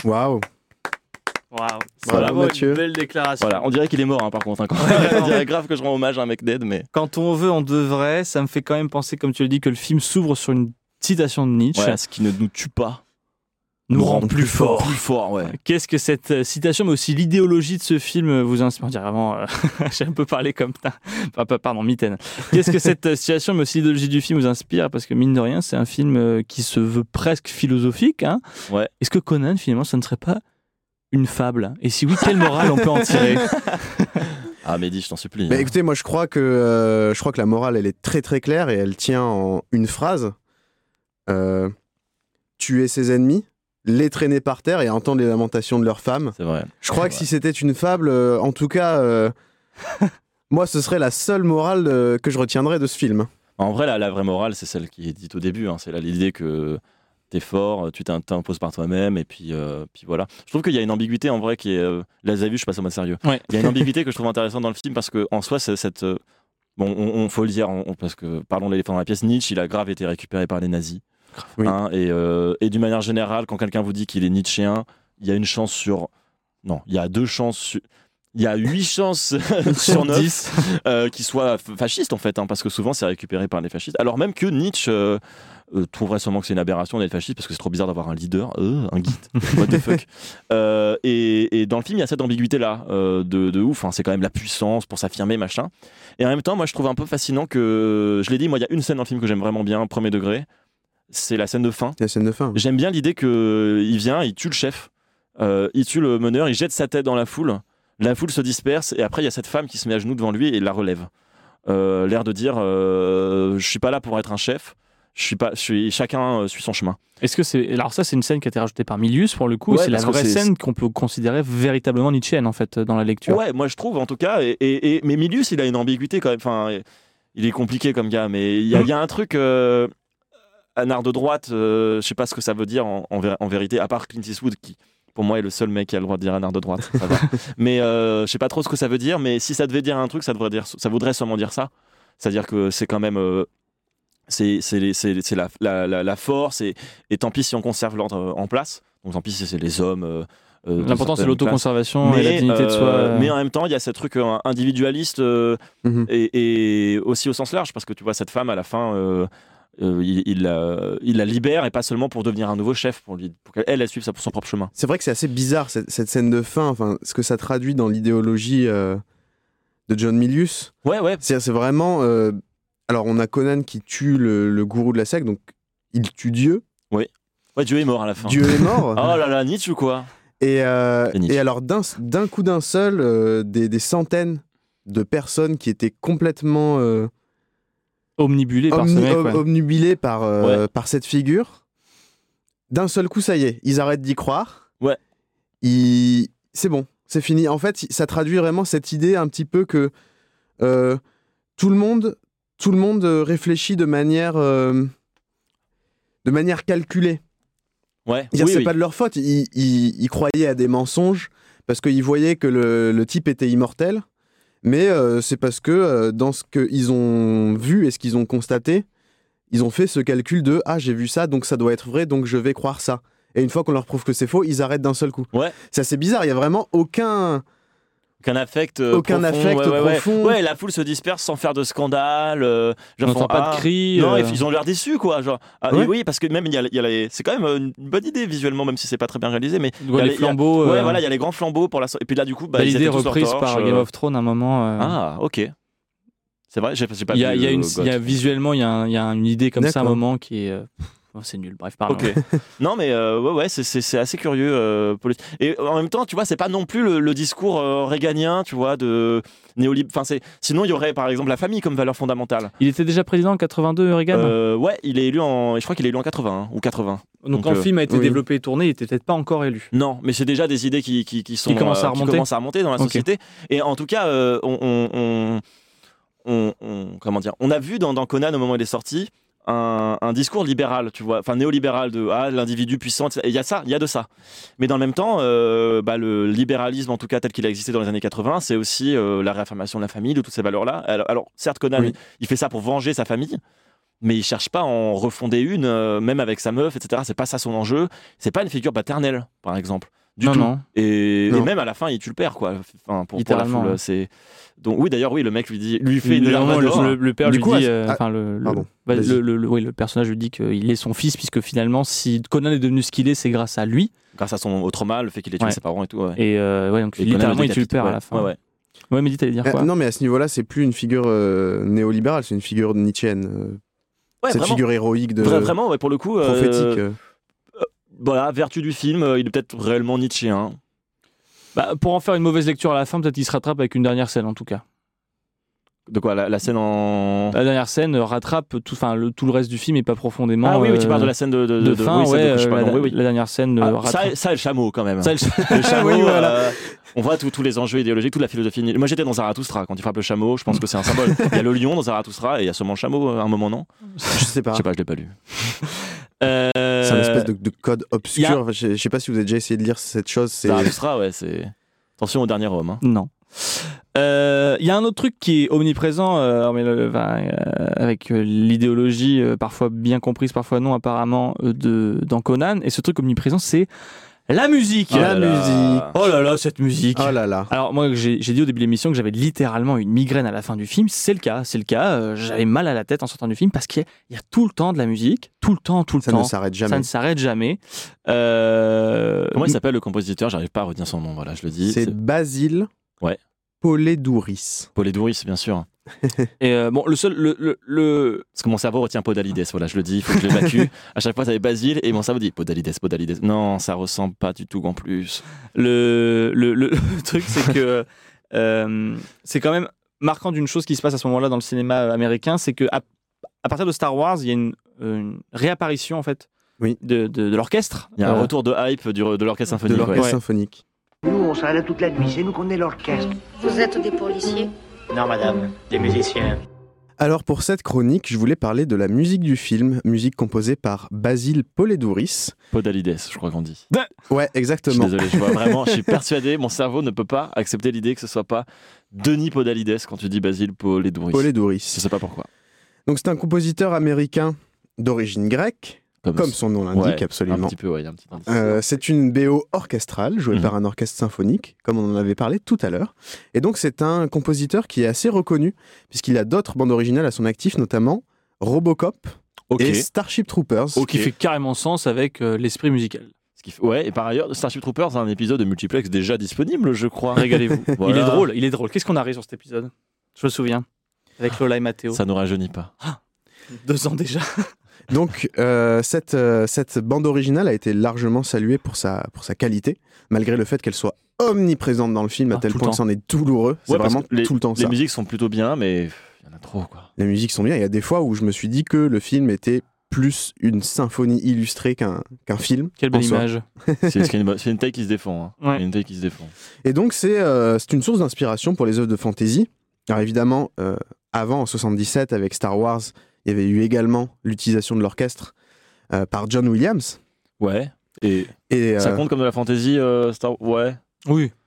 Waouh. Waouh. Bravo, Bravo, Mathieu. une belle déclaration. Voilà, on dirait qu'il est mort hein, par contre. hein, quand- on dirait grave que je rends hommage à un mec dead, mais. Quand on veut, on devrait. Ça me fait quand même penser, comme tu le dis, que le film s'ouvre sur une citation de Nietzsche. Ouais, ce qui ne nous tue pas Nous rend plus fort. Plus fort, ouais. Qu'est-ce que cette euh, citation, mais aussi l'idéologie de ce film euh, vous inspire On dirait vraiment, euh, (laughs) j'ai un peu parlé comme ça. Enfin, pas- pardon, mitaine. Qu'est-ce que cette euh, citation, mais aussi l'idéologie du film vous inspire Parce que mine de rien, c'est un film euh, qui se veut presque philosophique. hein. Ouais. Est-ce que Conan, finalement, ça ne serait pas une fable Et si oui, quelle morale on peut en (laughs) tirer Ah, Mehdi, je t'en supplie. Mais hein. écoutez, moi je crois que euh, je crois que la morale elle est très très claire et elle tient en une phrase. Euh, tuer ses ennemis, les traîner par terre et entendre les lamentations de leurs femmes. C'est vrai. Je crois que Ouais. si c'était une fable, euh, en tout cas, euh, moi ce serait la seule morale euh, que je retiendrais de ce film. hein. Bah, En vrai, la, la vraie morale, c'est celle qui est dite au début. hein. C'est là l'idée que t'es fort, tu t'im- t'imposes par toi-même, et puis, euh, puis voilà. Je trouve qu'il y a une ambiguïté en vrai qui est. euh, là, vous avez vu, je passe au mode sérieux. Ouais. Il y a une ambiguïté que je trouve intéressante dans le film parce que en soi, c'est cette. euh, Bon, on, on- faut le dire, on- on- parce que parlons de l'éléphant dans la pièce. Nietzsche, il a grave été récupéré par les nazis. oui. Hein, et euh, et d'une manière générale, quand quelqu'un vous dit qu'il est nietzschéen, il y a une chance sur. Non, il y a deux chances. su- Il y a huit chances (laughs) sur neuf euh, qui soit f- fasciste en fait, hein, parce que souvent c'est récupéré par les fascistes. Alors même que Nietzsche euh, euh, trouverait sûrement que c'est une aberration d'être fasciste parce que c'est trop bizarre d'avoir un leader, euh, un guide, what the fuck. Euh, et, et dans le film, il y a cette ambiguïté là de, de ouf. hein, c'est quand même la puissance pour s'affirmer, machin. Et en même temps, moi je trouve un peu fascinant que je l'ai dit, moi il y a une scène dans le film que j'aime vraiment bien, premier degré, c'est la scène de fin. La scène de fin. J'aime bien l'idée que il vient, il tue le chef, euh, il tue le meneur, il jette sa tête dans la foule. La foule se disperse et après il y a cette femme qui se met à genoux devant lui et la relève. Euh, L'air de dire, euh, je suis pas là pour être un chef. Je suis pas, je suis, chacun euh, suit son chemin. Est-ce que c'est alors ça c'est une scène qui a été rajoutée par Milius pour le coup et Ouais, c'est la parce que vraie c'est- scène qu'on peut considérer véritablement Nietzscheenne en fait euh, dans la lecture. Ouais, moi je trouve en tout cas. Et, et- et- mais Milius, il a une ambiguïté quand même. Enfin, il est compliqué comme gars, mais il y, a- il y a un truc. Euh, un art de droite, euh, je sais pas ce que ça veut dire en, en vé- en vérité, à part Clint Eastwood qui. Pour moi, est le seul mec qui a le droit de dire un art de droite. (laughs) Ça va. mais euh, je sais pas trop ce que ça veut dire. Mais si ça devait dire un truc, ça, devrait dire, ça voudrait sûrement dire ça. C'est-à-dire que c'est quand même. euh, c'est c'est les- c'est- c'est la, la- la- la force. Et, et tant pis si on conserve l'ordre euh, en place. Donc tant pis si c'est les hommes. euh, euh, L'important d'une c'est certaine classe l'autoconservation et la dignité de soi. euh, euh, mais en même temps, il y a ce truc euh, individualiste euh, Mhm. et, et aussi au sens large, parce que tu vois, cette femme, à la fin, euh, euh, il, il la- il la libère, et pas seulement pour devenir un nouveau chef, pour, lui, pour qu'elle, elle, elle suive ça pour son propre chemin. C'est vrai que c'est assez bizarre cette, cette scène de fin, enfin, ce que ça traduit dans l'idéologie euh, de John Milius. Ouais, ouais. C'est c'est vraiment. euh, alors, on a Conan qui tue le, le gourou de la secte, donc il tue Dieu. Ouais, Dieu est mort à la fin. Dieu est mort. (laughs) Oh là là, Nietzsche ou quoi Et, euh, Et Nietzsche. et alors, d'un d'un coup d'un seul, euh, des, des centaines de personnes qui étaient complètement euh, omnibulé par ce omni- mec. om- ouais. omnubilées par, euh, par cette figure, d'un seul coup, ça y est, ils arrêtent d'y croire. Ouais. Ils- C'est bon, c'est fini. En fait, ça traduit vraiment cette idée un petit peu que euh, tout le monde, tout le monde euh, réfléchit de manière, euh, de manière calculée. Ouais, C'est-à-dire, oui, c'est oui. pas de leur faute. Ils, ils- ils croyaient à des mensonges parce qu'ils voyaient que le, le type était immortel. Mais euh, c'est parce que euh, dans ce qu'ils ont vu et ce qu'ils ont constaté, ils ont fait ce calcul de Ah, j'ai vu ça, donc ça doit être vrai, donc je vais croire ça. Et une fois qu'on leur prouve que c'est faux, ils arrêtent d'un seul coup. Ouais. C'est assez bizarre. Il y a vraiment aucun. Aucun affect. euh, Aucun profond, affect ouais, ouais, ouais. profond. Ouais, la foule se disperse sans faire de scandale. On euh, genre, n'entend font, pas ah, de cris. Non, euh, et puis ils ont l'air déçus, quoi. Genre, Ah, Ouais. oui, parce que même, il y a, il y a les- c'est quand même euh, une bonne idée visuellement, même si c'est pas très bien réalisé, mais ouais, y a les les- flambeaux. Ouais, euh, voilà, il y a les grands flambeaux pour la so- Et puis là, du coup, bah, bah, ils l'idée étaient tous reprise leur torche, par euh, Game of Thrones à un moment. euh, Ah, ok. C'est vrai, j'ai j'ai pas Il y a, vu, il y a euh, une, Got. il y a visuellement, il y, a un- il y a une idée comme ça à un D'accord. moment qui est. euh, pff, Oh, c'est nul, bref, pardon. Ah, Ok. (laughs) non, mais euh, ouais, ouais, c'est- c'est c'est assez curieux. euh, poli- Et en même temps, tu vois, c'est pas non plus le, le discours euh, réganien, tu vois, de néolib. Enfin, c'est sinon il y aurait par exemple la famille comme valeur fondamentale. Il était déjà président en 82, Reagan Euh, ouais, il est élu en, je crois qu'il est élu en 80 hein, ou 80. Donc, donc, quand le euh, film a été oui. développé et tourné, il était peut-être pas encore élu. Non, mais c'est déjà des idées qui, qui, sont commencent à remonter. commencent à remonter dans la Ok. société. Et en tout cas, euh, on, on, on- on- on- comment dire, on a vu dans, dans Conan au moment où il est sorti. Un, un discours libéral, tu vois, enfin néolibéral de ah, l'individu puissant, etc. Et il y a ça, il y a de ça. Mais dans le même temps, euh, bah, le libéralisme, en tout cas tel qu'il a existé dans les années 80, c'est aussi euh, la réaffirmation de la famille, de toutes ces valeurs-là. Alors, alors, certes, Conan, Oui. il fait ça pour venger sa famille, mais il cherche pas à en refonder une, euh, même avec sa meuf, etc. C'est pas ça son enjeu. C'est pas une figure paternelle, par exemple. Du non, tout. non. Et, et Non. même à la fin, il tue le père, quoi. Enfin, pour, pour la Littéralement, foule, hein. c'est. Donc oui, d'ailleurs, oui, le mec lui dit, lui fait une Le- larme le, d'or. le- le père Du lui coup, dit, à- euh, à- enfin le, le- pardon, bah, vas-y. le- le- le- oui, le personnage lui dit qu'il est son fils puisque finalement si Conan est devenu ce qu'il est, c'est grâce à lui. hein, grâce à son au trauma, le fait qu'il ait tué Ouais. ses parents et tout. Ouais. Et euh, ouais, donc Et Conan littéralement le il tue le décapite, père à ouais. la fin. Ouais, Ouais, ouais. mais dis, t'allais dire Euh, quoi non, mais à ce niveau-là, c'est plus une figure euh, néolibérale, c'est une figure nietzschéenne. euh, cette Ouais, vraiment. figure héroïque de Vra- vraiment, ouais, pour le coup. euh, prophétique. euh. voilà, vertu du film, euh, il est peut-être réellement hein. Nietzschéen. Bah, Pour en faire une mauvaise lecture à la fin, peut-être qu'il se rattrape avec une dernière scène en tout cas. De quoi la, la scène en. La dernière scène euh, rattrape tout, enfin le, tout le reste du film et pas profondément. Ah oui, oui, tu euh, parles de la scène de, de, de, de- fin, oui, celle ouais, de- je sais euh, pas, la, non, oui, oui. la dernière scène euh, Ah, rattrape. ça, ça, le chameau quand même. Ça, elle- (laughs) le chameau, Oui, voilà. euh, on voit tout- tous les enjeux idéologiques, toute la philosophie. Moi j'étais dans Zarathustra, quand il frappe le chameau, je pense que c'est un symbole. Il y a le lion dans Zarathustra et il y a seulement le chameau euh, à un moment, non Je sais (laughs) pas. Je sais pas, je l'ai pas lu. Euh, C'est un espèce de, de code y a- obscur. Enfin, Je je sais pas si vous avez déjà essayé de lire cette chose. C'est Zarathustra, ouais, c'est. Attention au dernier homme. hein. Non. Euh, Il y a un autre truc qui est omniprésent, euh, mais le- enfin, euh, avec euh, l'idéologie euh, parfois bien comprise, parfois non apparemment, euh, de, dans Conan. Et ce truc omniprésent, c'est la musique. Ah La là là. Oh là là, cette musique. oh là là. Alors moi, j'ai j'ai dit au début de l'émission que j'avais littéralement une migraine à la fin du film. C'est le cas, c'est le cas. Euh, J'avais mal à la tête en sortant du film parce qu'il y, a- il y a tout le temps de la musique, tout le temps, tout le Ça temps. ne s'arrête Ça jamais. ne s'arrête jamais. Euh, Comment il s'appelle le compositeur J'arrive pas à retenir son nom, voilà, je le dis. C'est C'est Basile Ouais. Polédouris. Polédouris, bien sûr. et, euh, bon, le seul, le- le- le, Parce que mon cerveau retient Podalides, voilà, je le dis, il faut que je l'évacue. (laughs) à chaque fois, t'avais Basile et mon cerveau dit Podalides, Podalides. Non, ça ressemble pas du tout en plus. le, le, le- le (laughs) truc, c'est que euh, c'est quand même marquant d'une chose qui se passe à ce moment-là dans le cinéma euh, américain, c'est que à, à partir de Star Wars, il y a une, une réapparition en fait Oui. de, de, de l'orchestre. Il y a un Euh, retour de hype du- de l'orchestre De symphonique. ouais. l'orchestre ouais. symphonique. Nous, on sera là toute la nuit, c'est nous qu'on est l'orchestre. Vous êtes des policiers Non, madame, des musiciens. Alors pour cette chronique, je voulais parler de la musique du film, musique composée par Basile Polédouris. Podalides, je crois qu'on dit. Ouais, Je suis exactement. désolé, (laughs) je vois vraiment, je suis persuadé, mon cerveau ne peut pas accepter l'idée que ce soit pas Denis Podalides quand tu dis Basile Polédouris. Polédouris. Je sais pas pourquoi. Donc c'est un compositeur américain d'origine grecque, comme son nom l'indique Ah, bah, Ouais, Un absolument. petit peu, ouais, il y a un petit indice. Euh, c'est une BO orchestrale jouée Mhm. par un orchestre symphonique, comme on en avait parlé tout à l'heure. Et donc c'est un compositeur qui est assez reconnu, puisqu'il a d'autres bandes originales à son actif, notamment Robocop ok. et Starship Troopers. Ce qui fait carrément sens avec euh, l'esprit musical. Ce qui fait- Ouais, et par ailleurs, Starship Troopers a un épisode de multiplex déjà disponible, je crois. Régalez-vous. (laughs) Voilà. Il est drôle, il est drôle. Qu'est-ce qu'on a ri sur cet épisode Je me souviens. Avec Lola et Mathéo. Ah. Ça nous rajeunit pas. Deux ans déjà. (laughs) Donc euh, cette, euh, cette bande originale a été largement saluée pour sa, pour sa qualité, malgré le fait qu'elle soit omniprésente dans le film, à Ah, tel tout le point que c'en est douloureux. C'est Ouais, parce vraiment que les- tout le temps Les ça. musiques sont plutôt bien, mais pff, il y en a trop, (laughs) quoi. les musiques sont bien. Il y a des fois où je me suis dit que le film était plus une symphonie illustrée qu'un qu'un film. Quelle belle en soi. image. C'est c'est une, c'est une taille qui se défend. hein. Ouais. C'est Une taille qui se défend. Et donc, c'est euh, c'est une source d'inspiration pour les œuvres de fantasy. Alors, évidemment, euh, avant, en 77, avec Star Wars, il y avait eu également l'utilisation de l'orchestre euh, par John Williams. Ouais. Et Et, ça euh, compte comme de la fantasy euh, Star Ouais.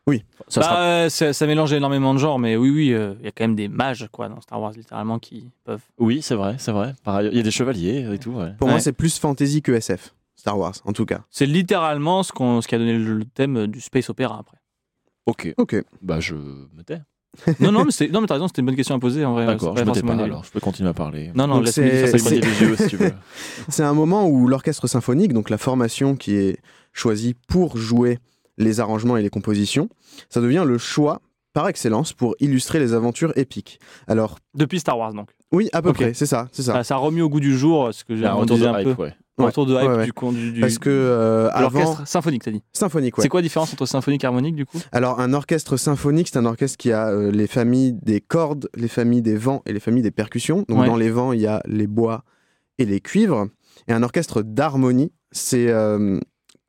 Oui. Ça Bah, sera- euh, ça, ça mélange énormément de genres, mais oui, oui, euh, il y a quand même des mages quoi, dans Star Wars, littéralement, qui peuvent. Oui, c'est vrai, c'est vrai. Par ailleurs, il y a des chevaliers et tout, ouais. pour Ouais. moi, c'est plus fantasy que SF. Star Wars, en tout cas. C'est littéralement ce, qu'on ce qui a donné le thème euh, du space opéra (laughs) après. Ok. Ok. Bah, je me tais. Non, non, mais, c'est- non, mais t'as raison, c'était une bonne question à poser en vrai. D'accord, C'est je me tais forcément pas, une idée. alors. Je peux continuer à parler. Non, non, Donc laisse-moi c'est- faire Ça sa c'est- soigne chronique. les vieux, si tu (laughs) veux. C'est un moment où l'orchestre symphonique, donc la formation qui est choisie pour jouer les arrangements et les compositions, ça devient le choix par excellence pour illustrer les aventures épiques. Alors, Depuis Star Wars, donc. oui, à peu Ok. près, c'est ça, c'est ça. Ça, ça a remis au goût du jour ce que j'ai Il y a un on retour de disait un hype, peu. ouais. Ouais. Autour de hype Ouais, ouais. du, con- du, du- Parce que euh, de l'orchestre avant symphonique, t'as dit. symphonique, ouais. C'est quoi la différence entre symphonique et harmonique du coup Alors un orchestre symphonique, c'est un orchestre qui a euh, les familles des cordes, les familles des vents et les familles des percussions. Donc Ouais. dans les vents, il y a les bois et les cuivres. Et un orchestre d'harmonie, c'est euh,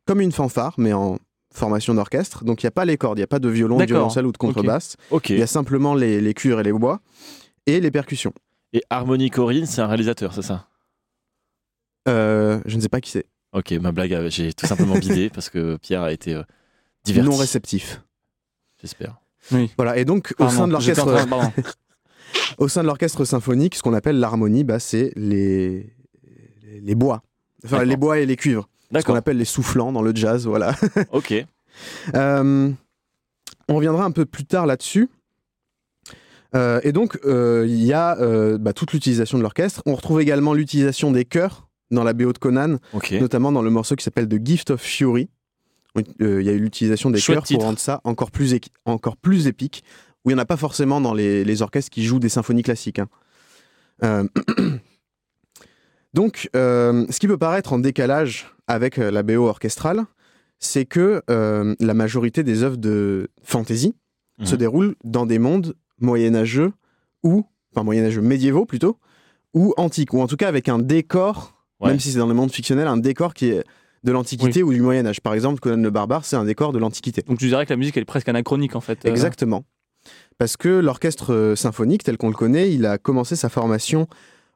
comme une fanfare, mais en formation d'orchestre. Donc il n'y a pas les cordes, il n'y a pas de violon, de D'accord. violoncelle ou de contrebasse. Ok. Il y a simplement les, les cuivres et les bois et les percussions. Et Harmony Corinne, c'est un réalisateur, c'est ça Euh, je ne sais pas qui c'est. Ok, ma blague, euh, j'ai tout simplement (laughs) bidé parce que Pierre a été euh, diverti. Non réceptif. J'espère. Voilà. Et donc au Pardon, sein de j'étais en train- l'orchestre, pardon. Au sein de l'orchestre symphonique, ce qu'on appelle l'harmonie, bah, c'est les... les bois. Enfin, D'accord. les bois et les cuivres. Ce qu'on D'accord. appelle les soufflants dans le jazz, voilà. (laughs) Ok. Euh, on reviendra un peu plus tard là-dessus. Euh, et donc, euh, il y a euh, bah, toute l'utilisation de l'orchestre. On retrouve également l'utilisation des chœurs dans la BO de Conan, Ok. notamment dans le morceau qui s'appelle The Gift of Fury. Euh, Il y a eu l'utilisation des Chouette chœurs titre. pour rendre ça encore plus, équi- encore plus épique, où il n'y en a pas forcément dans les, les orchestres qui jouent des symphonies classiques. hein. Euh, (clears throat) Donc, euh, ce qui peut paraître en décalage avec euh, la BO orchestrale, c'est que euh, la majorité des œuvres de fantasy Mhm. se déroulent dans des mondes moyenâgeux ou, enfin moyenâgeux médiévaux plutôt, ou antiques, ou en tout cas avec un décor, Ouais. même si c'est dans le monde fictionnel, un décor qui est de l'Antiquité ou du Moyen Âge. Par exemple, Conan le Barbare, c'est un décor de l'Antiquité. Donc tu dirais que la musique elle est presque anachronique en fait. euh, Exactement. Parce que l'orchestre euh, symphonique, tel qu'on le connaît, il a commencé sa formation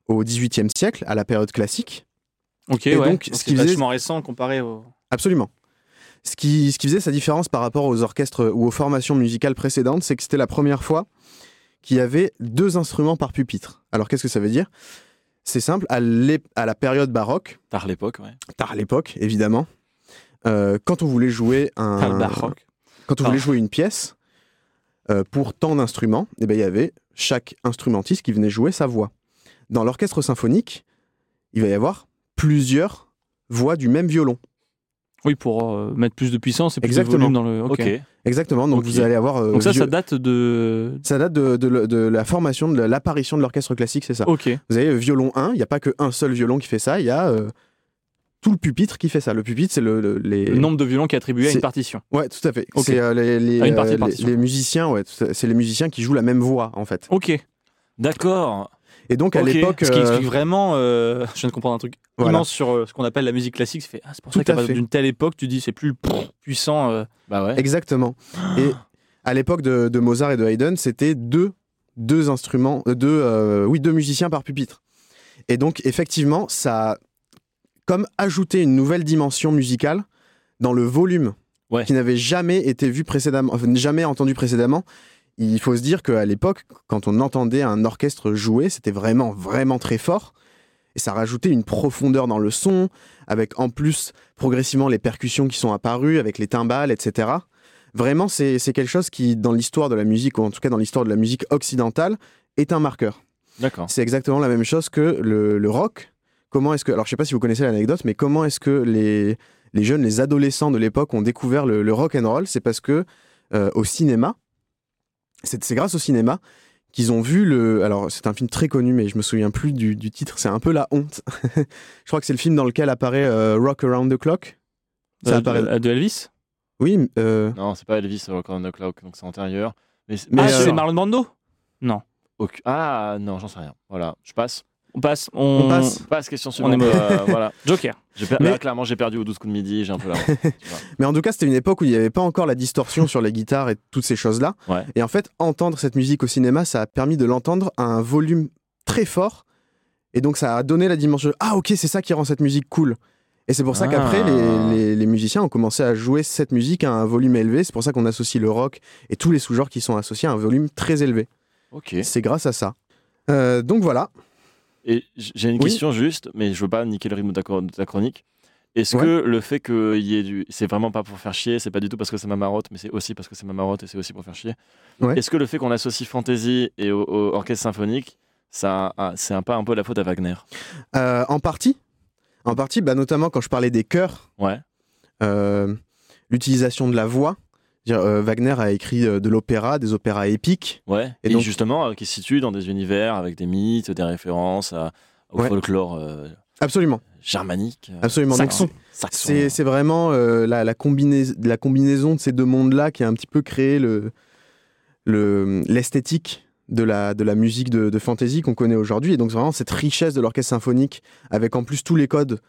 au XVIIIe siècle, à la période classique. Ok, Et ouais. donc, ce c'est qu'il faisait- vachement récent comparé au. Absolument. Ce qui, ce qui faisait sa différence par rapport aux orchestres ou aux formations musicales précédentes, c'est que c'était la première fois qu'il y avait deux instruments par pupitre. Alors qu'est-ce que ça veut dire C'est simple, à, l'ép- à la période baroque, Tard l'époque, ouais. tard l'époque évidemment, euh, quand on voulait jouer un, Ah, le baroque. quand on Ah. voulait jouer une pièce euh, pour tant d'instruments, eh ben, il y avait chaque instrumentiste qui venait jouer sa voix. Dans l'orchestre symphonique, il va y avoir plusieurs voix du même violon. Oui, pour euh, mettre plus de puissance et plus Exactement. de volume dans le. Ok. Ok. Exactement, donc Ok. vous allez avoir... euh, Donc ça, vieux- ça date de. ça date de, de le- de la formation, de l'apparition de l'orchestre classique, c'est ça. Ok. Vous avez le violon 1, il n'y a pas qu'un seul violon qui fait ça, il y a euh, tout le pupitre qui fait ça. Le pupitre, c'est le, le- les... Le nombre de violons qui est attribué à C'est- une partition. Ouais, tout à fait. Ok. C'est euh, les, les, Ah, une partie euh, de partition. les- les musiciens, ouais, tout à- c'est les musiciens qui jouent la même voix, en fait. Ok. D'accord. Et donc, à Ok, l'époque... Ce qui euh, explique vraiment, euh, (laughs) je viens de comprendre un truc Voilà. immense sur euh, ce qu'on appelle la musique classique. Ça fait, ah, c'est pour Tout ça qu'à à partir fait. d'une telle époque, tu dis c'est plus pff, puissant. euh, Bah ouais. Exactement. Et à l'époque de, de Mozart et de Haydn, c'était deux, deux instruments, euh, deux, euh, oui, deux musiciens par pupitre. Et donc, effectivement, ça a comme ajouté une nouvelle dimension musicale dans le volume Ouais. qui n'avait jamais été vu précédemment, enfin, jamais entendu précédemment. Il faut se dire qu'à l'époque, quand on entendait un orchestre jouer, c'était vraiment, vraiment très fort. Et ça rajoutait une profondeur dans le son, avec en plus progressivement les percussions qui sont apparues, avec les timbales, etc. Vraiment, c'est c'est quelque chose qui, dans l'histoire de la musique, ou en tout cas dans l'histoire de la musique occidentale, est un marqueur. D'accord. C'est exactement la même chose que le, le rock. Comment est-ce que, alors je sais pas si vous connaissez l'anecdote, mais comment est-ce que les, les jeunes, les adolescents de l'époque ont découvert le, le rock and roll C'est parce que euh, au cinéma, c'est c'est grâce au cinéma qu'ils ont vu le. Alors c'est un film très connu, mais je me souviens plus du, du titre. C'est un peu la honte. (laughs) je crois que c'est le film dans lequel apparaît euh, Rock Around the Clock. Ça euh, apparaît. de, de Elvis. Oui. euh, Non, c'est pas Elvis, Rock on the Clock, donc c'est antérieur. Mais, Mais, ah, euh, c'est Marlon Brando. Ok. Ah non, j'en sais rien. Voilà, je passe. On passe. On, On passe. Passe question On est suivante. mort. Euh, voilà. Joker. (laughs) J'ai per- Mais- Là, clairement, j'ai perdu au 12 coups de midi. J'ai un peu la. honte, tu vois. Mais en tout cas, c'était une époque où il n'y avait pas encore la distorsion sur les guitares et toutes ces choses-là. Ouais. Et en fait, entendre cette musique au cinéma, ça a permis de l'entendre à un volume très fort. Et donc, ça a donné la dimension. Ah, ok, c'est ça qui rend cette musique cool. Et c'est pour ça Ah. qu'après, les, les- les musiciens ont commencé à jouer cette musique à un volume élevé. C'est pour ça qu'on associe le rock et tous les sous-genres qui sont associés à un volume très élevé. Ok. C'est grâce à ça. Euh, donc voilà. Et j- j'ai une Oui. question juste, mais je veux pas niquer le rythme de ta, chro- de ta chronique. Est-ce Ouais. que le fait qu'il y ait du. C'est vraiment pas pour faire chier, c'est pas du tout parce que c'est ma marotte, mais c'est aussi parce que c'est ma marotte et c'est aussi pour faire chier. Ouais. Est-ce que le fait qu'on associe fantasy et au, au orchestre symphonique, ça, ah, c'est un pas un peu la faute à Wagner Euh, en partie, en partie bah, notamment quand je parlais des chœurs, Ouais. euh, l'utilisation de la voix. Je veux dire, euh, Wagner a écrit euh, de l'opéra, des opéras épiques. Ouais. Et, Et donc- justement, euh, qui se situe dans des univers avec des mythes, des références à- au Ouais. folklore euh, Absolument, germanique, euh, absolument. Donc, saxon. C'est c'est vraiment euh, la, la, combinais- la combinaison de ces deux mondes-là qui a un petit peu créé l'esthétique le, l'esthétique de, la, de la musique de, de fantasy qu'on connaît aujourd'hui. Et donc, c'est vraiment cette richesse de l'orchestre symphonique, avec en plus tous les codes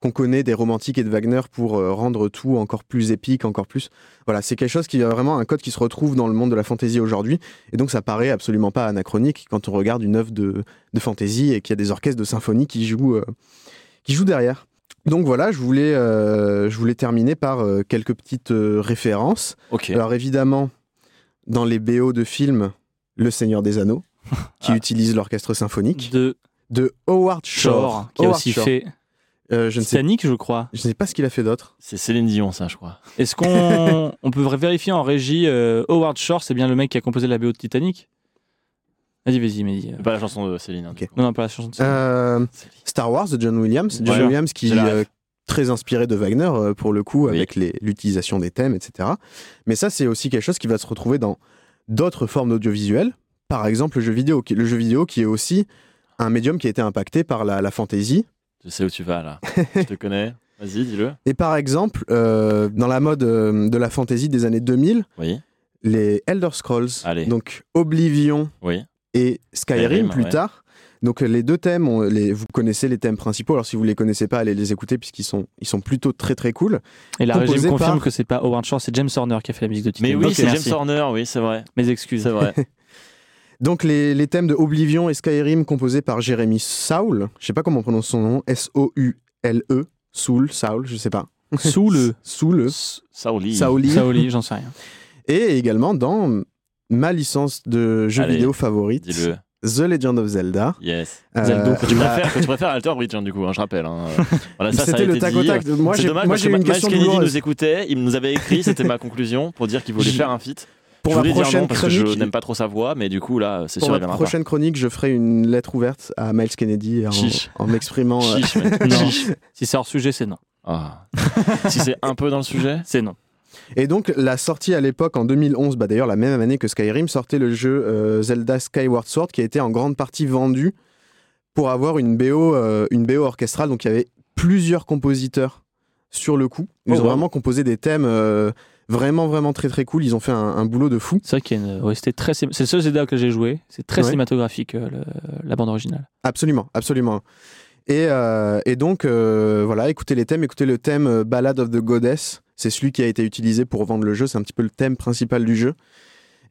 qu'on connaît des romantiques et de Wagner pour euh, rendre tout encore plus épique, encore plus. Voilà, c'est quelque chose qui est vraiment un code qui se retrouve dans le monde de la fantasy aujourd'hui. Et donc, ça paraît absolument pas anachronique quand on regarde une œuvre de, de fantasy et qu'il y a des orchestres de symphonie qui jouent, euh, qui jouent derrière. Donc voilà, je voulais, euh, je voulais terminer par euh, quelques petites euh, références. Ok. Alors évidemment, dans les BO de films, Le Seigneur (laughs) des Anneaux, qui utilise l'orchestre symphonique, de de Howard Shore. Mm. Shore, qui a Howard aussi Shore. fait Euh, je ne sais, Titanic, je crois. je ne sais pas ce qu'il a fait d'autre. C'est Céline Dion, ça, je crois. Est-ce (laughs) qu'on on peut vérifier en régie euh, Howard Shore, c'est bien le mec qui a composé la BO de Titanic Vas-y, vas-y, mais dis, euh, Pas la chanson de Céline. hein, du Ok. coup. Non, non, pas la chanson de Titanic. Euh, Céline. Star Wars de John Williams, John Voilà. Williams qui J'ai la euh, ref. très inspiré de Wagner euh, pour le coup Oui. avec les- l'utilisation des thèmes, etc. Mais ça, c'est aussi quelque chose qui va se retrouver dans d'autres formes d'audiovisuel. Par exemple, le jeu vidéo, qui, le jeu vidéo qui est aussi un médium qui a été impacté par la, la fantasy. Je sais où tu (laughs) vas, là. je te connais. Vas-y, dis-le. Et par exemple, euh, dans la mode euh, de la fantasy des années 2000, Oui, les Elder Scrolls, Allez. donc Oblivion oui. et Skyrim, Skyrim, plus ouais. tard. Donc euh, les deux thèmes, on- les, vous connaissez les thèmes principaux. Alors si vous les connaissez pas, allez les écouter puisqu'ils sont, ils sont plutôt très très cool. Et la régie me composé confirme Euh, par- que c'est pas Howard Shore, c'est James Horner qui a fait la musique de Mais Titanic. oui, Ok, c'est merci. James Horner, oui, c'est vrai. Mes excuses. C'est (laughs) vrai. Donc les, les thèmes de Oblivion et Skyrim composés par Jérémy Saul, je sais pas comment on prononce son nom, S-O-U-L-E, E. Soul, Saul, je sais pas. Sous (laughs) le Soul, Saouli. Sauli. Saoli, j'en sais rien. Et également dans ma licence de jeu Allez, vidéo favorite, Dis-le. The Legend of Zelda. Yes. Euh, Zelda, Que tu, la- préfères, que tu préfères Alter Bridge, hein, du coup, hein, je (laughs) rappelle. hein. Voilà, ça, ça a C'était le été tac dit. au tac. Moi C'est j'ai dommage moi, parce j'ai que une Miles question Kennedy douloureuse. nous écoutait, il nous avait écrit, c'était ma conclusion pour dire qu'il (laughs) voulait Je- faire un feat. Pour je ma voulais dire non prochaine parce que je chronique, n'aime pas trop sa voix, mais du coup là, c'est pour sûr, ma il viendra prochaine chronique, je ferai une lettre ouverte à Miles Kennedy en, Chiche. en m'exprimant. pas. euh, Chiche, mec. (laughs) Non. Chiche. si c'est hors sujet, c'est non. Ah. si c'est un peu dans le sujet, C'est non. Et donc la sortie à l'époque en 2011, bah d'ailleurs la même année que Skyrim, sortait le jeu euh, Zelda Skyward Sword qui a été en grande partie vendu pour avoir une BO, euh, une BO orchestrale. Donc il y avait plusieurs compositeurs sur le coup. Ils Oh, ont wow. vraiment composé des thèmes euh, vraiment vraiment très très cool. Ils ont fait un, un boulot de fou. C'est vrai qu'il y a une OST très. cin- C'est le seul Zelda que j'ai joué. C'est très Ouais. cinématographique, euh, le- la bande originale. Absolument, absolument. Et, euh, et donc euh, voilà, écoutez les thèmes, écoutez le thème euh, Ballad of the Goddess. C'est celui qui a été utilisé pour vendre le jeu. C'est un petit peu le thème principal du jeu.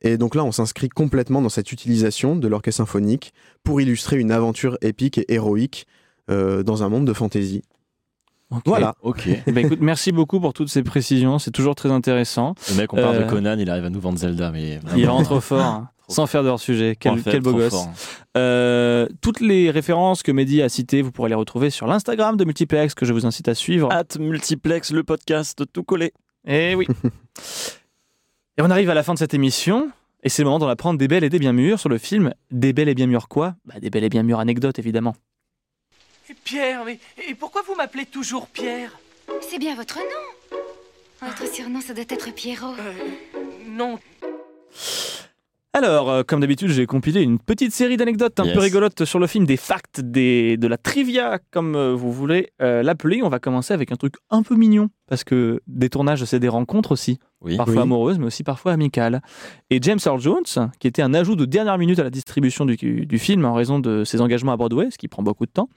Et donc là, on s'inscrit complètement dans cette utilisation de l'orchestre symphonique pour illustrer une aventure épique et héroïque euh, dans un monde de fantasy. Ok. Voilà. ok. Eh ben, écoute, merci beaucoup pour toutes ces précisions. C'est toujours très intéressant. Le mec, on parle Euh, de Conan, il arrive à nous vendre Zelda, mais vraiment, (laughs) Il rentre fort, hein, sans faire de hors sujet. Quel, en fait, quel beau trop gosse. fort. Euh, toutes les références que Mehdi a citées, vous pourrez les retrouver sur l'Instagram de Multiplex que je vous incite à suivre. At Multiplex, le podcast tout collé. Eh oui. et on arrive à la fin de cette émission. Et c'est le moment d'en apprendre des belles et des bien mûres sur le film Des belles et bien mûres quoi bah, Des belles et bien mûres anecdotes, évidemment. Pierre, mais et pourquoi vous m'appelez toujours Pierre C'est bien votre nom. Votre surnom, ça doit être Pierrot. Euh, Non, Alors, euh, comme d'habitude, j'ai compilé une petite série d'anecdotes un Yes. peu rigolotes sur le film, des facts, des, de la trivia, comme euh, vous voulez euh, l'appeler. On va commencer avec un truc un peu mignon, parce que des tournages, c'est des rencontres aussi, Oui. parfois Oui. amoureuses, mais aussi parfois amicales. Et James Earl Jones, qui était un ajout de dernière minute à la distribution du, du film en raison de ses engagements à Broadway, ce qui prend beaucoup de temps,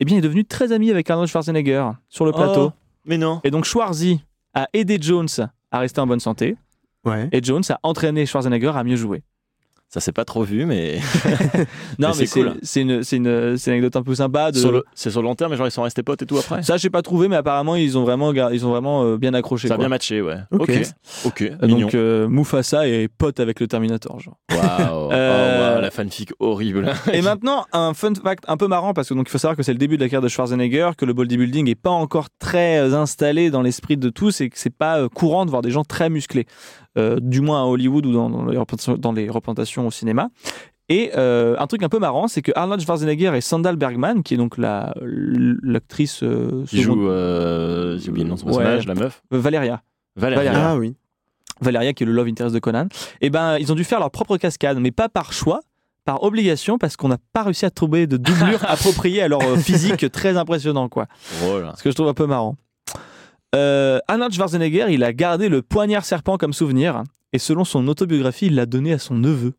eh bien, est devenu très ami avec Arnold Schwarzenegger sur le plateau. Oh, mais non. Et donc, Schwarzy a aidé Jones à rester en bonne santé, Ouais. et Jones a entraîné Schwarzenegger à mieux jouer. Ça s'est pas trop (laughs) vu, mais. Non, Mais mais c'est c'est cool. c'est une, c'est une, c'est une anecdote un peu sympa. De... Sur le- C'est sur le long terme, mais genre ils sont restés potes et tout après. Ça, j'ai pas trouvé, mais apparemment, ils ont vraiment, gar- ils ont vraiment euh, bien accroché. Ça a quoi. bien matché, ouais. Ok. Ok. Ok. Mignon. Donc, euh, Mufasa est pote avec le Terminator. Genre. (laughs) Waouh. Euh, Oh, wow, la fanfic horrible. (laughs) Et maintenant, un fun fact un peu marrant, parce que donc il faut savoir que c'est le début de la carrière de Schwarzenegger, que le bodybuilding n'est pas encore très euh, installé dans l'esprit de tous et que c'est pas euh, courant de voir des gens très musclés, euh, du moins à Hollywood ou dans, dans les représentations- dans les représentations au cinéma. Et euh, un truc un peu marrant, c'est que Arnold Schwarzenegger et Sandal Bergman, qui est donc la- l'actrice euh, Qui seconde- joue. euh, J'ai oublié le nom de son Ouais. personnage, la meuf. euh, Valeria, Valérie. Valéria. Ah oui. Eh Valeria qui est le love interest de Conan, et ben ils ont dû faire leur propre cascade, mais pas par choix, par obligation parce qu'on n'a pas réussi à trouver de doublure appropriée à leur euh, physique très impressionnant quoi. Voilà. Ce que je trouve un peu marrant. Euh, Arnold Schwarzenegger, il a gardé le poignard serpent comme souvenir et selon son autobiographie, il l'a donné à son neveu,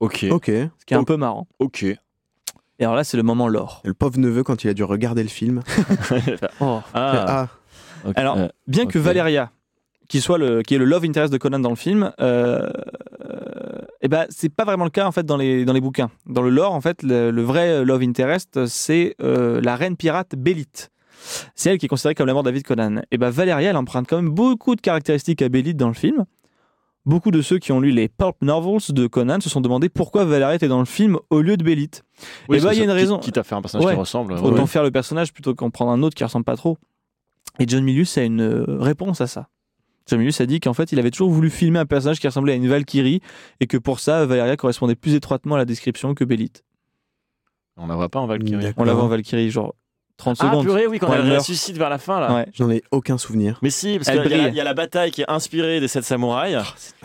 Ok. Ok. ce qui est un peu marrant. (laughs) Ok. Et alors là, c'est le moment lore. Et Le pauvre neveu, quand il a dû regarder le film. ah. (laughs) Ah, ok. Alors, Euh, bien ok. que Valeria, qui, soit le, qui est le love interest de Conan dans le film, euh, et ben, c'est pas vraiment le cas en fait dans les, dans les bouquins. Dans le lore, en fait, le, le vrai love interest, c'est euh, la reine pirate Bélite. C'est elle qui est considérée comme l'amour de la vie de Conan. Et ben Valeria, elle emprunte quand même beaucoup de caractéristiques à Bélite dans le film. Beaucoup de ceux qui ont lu les pulp novels de Conan se sont demandé pourquoi Valeria était dans le film au lieu de Bélite. Oui, Eh ben, parce il y a que une qui- raison. Quitte à faire un personnage Ouais. qui ressemble. Bah ouais, Autant ouais. faire le personnage plutôt qu'en prendre un autre qui ressemble pas trop. Et John Milius a une euh, réponse à ça. John Milius a dit qu'en fait, il avait toujours voulu filmer un personnage qui ressemblait à une Valkyrie et que pour ça, Valeria correspondait plus étroitement à la description que Bélite. On la voit pas en Valkyrie. On d'accord. la voit en Valkyrie, genre 30 Ah secondes. purée, oui, quand Quand elle elle meurt. ressuscite vers la fin là. Ouais. J'en ai aucun souvenir. Mais si, parce Elle qu'il y, a la- brille. il y a la bataille qui est inspirée des 7 samouraïs,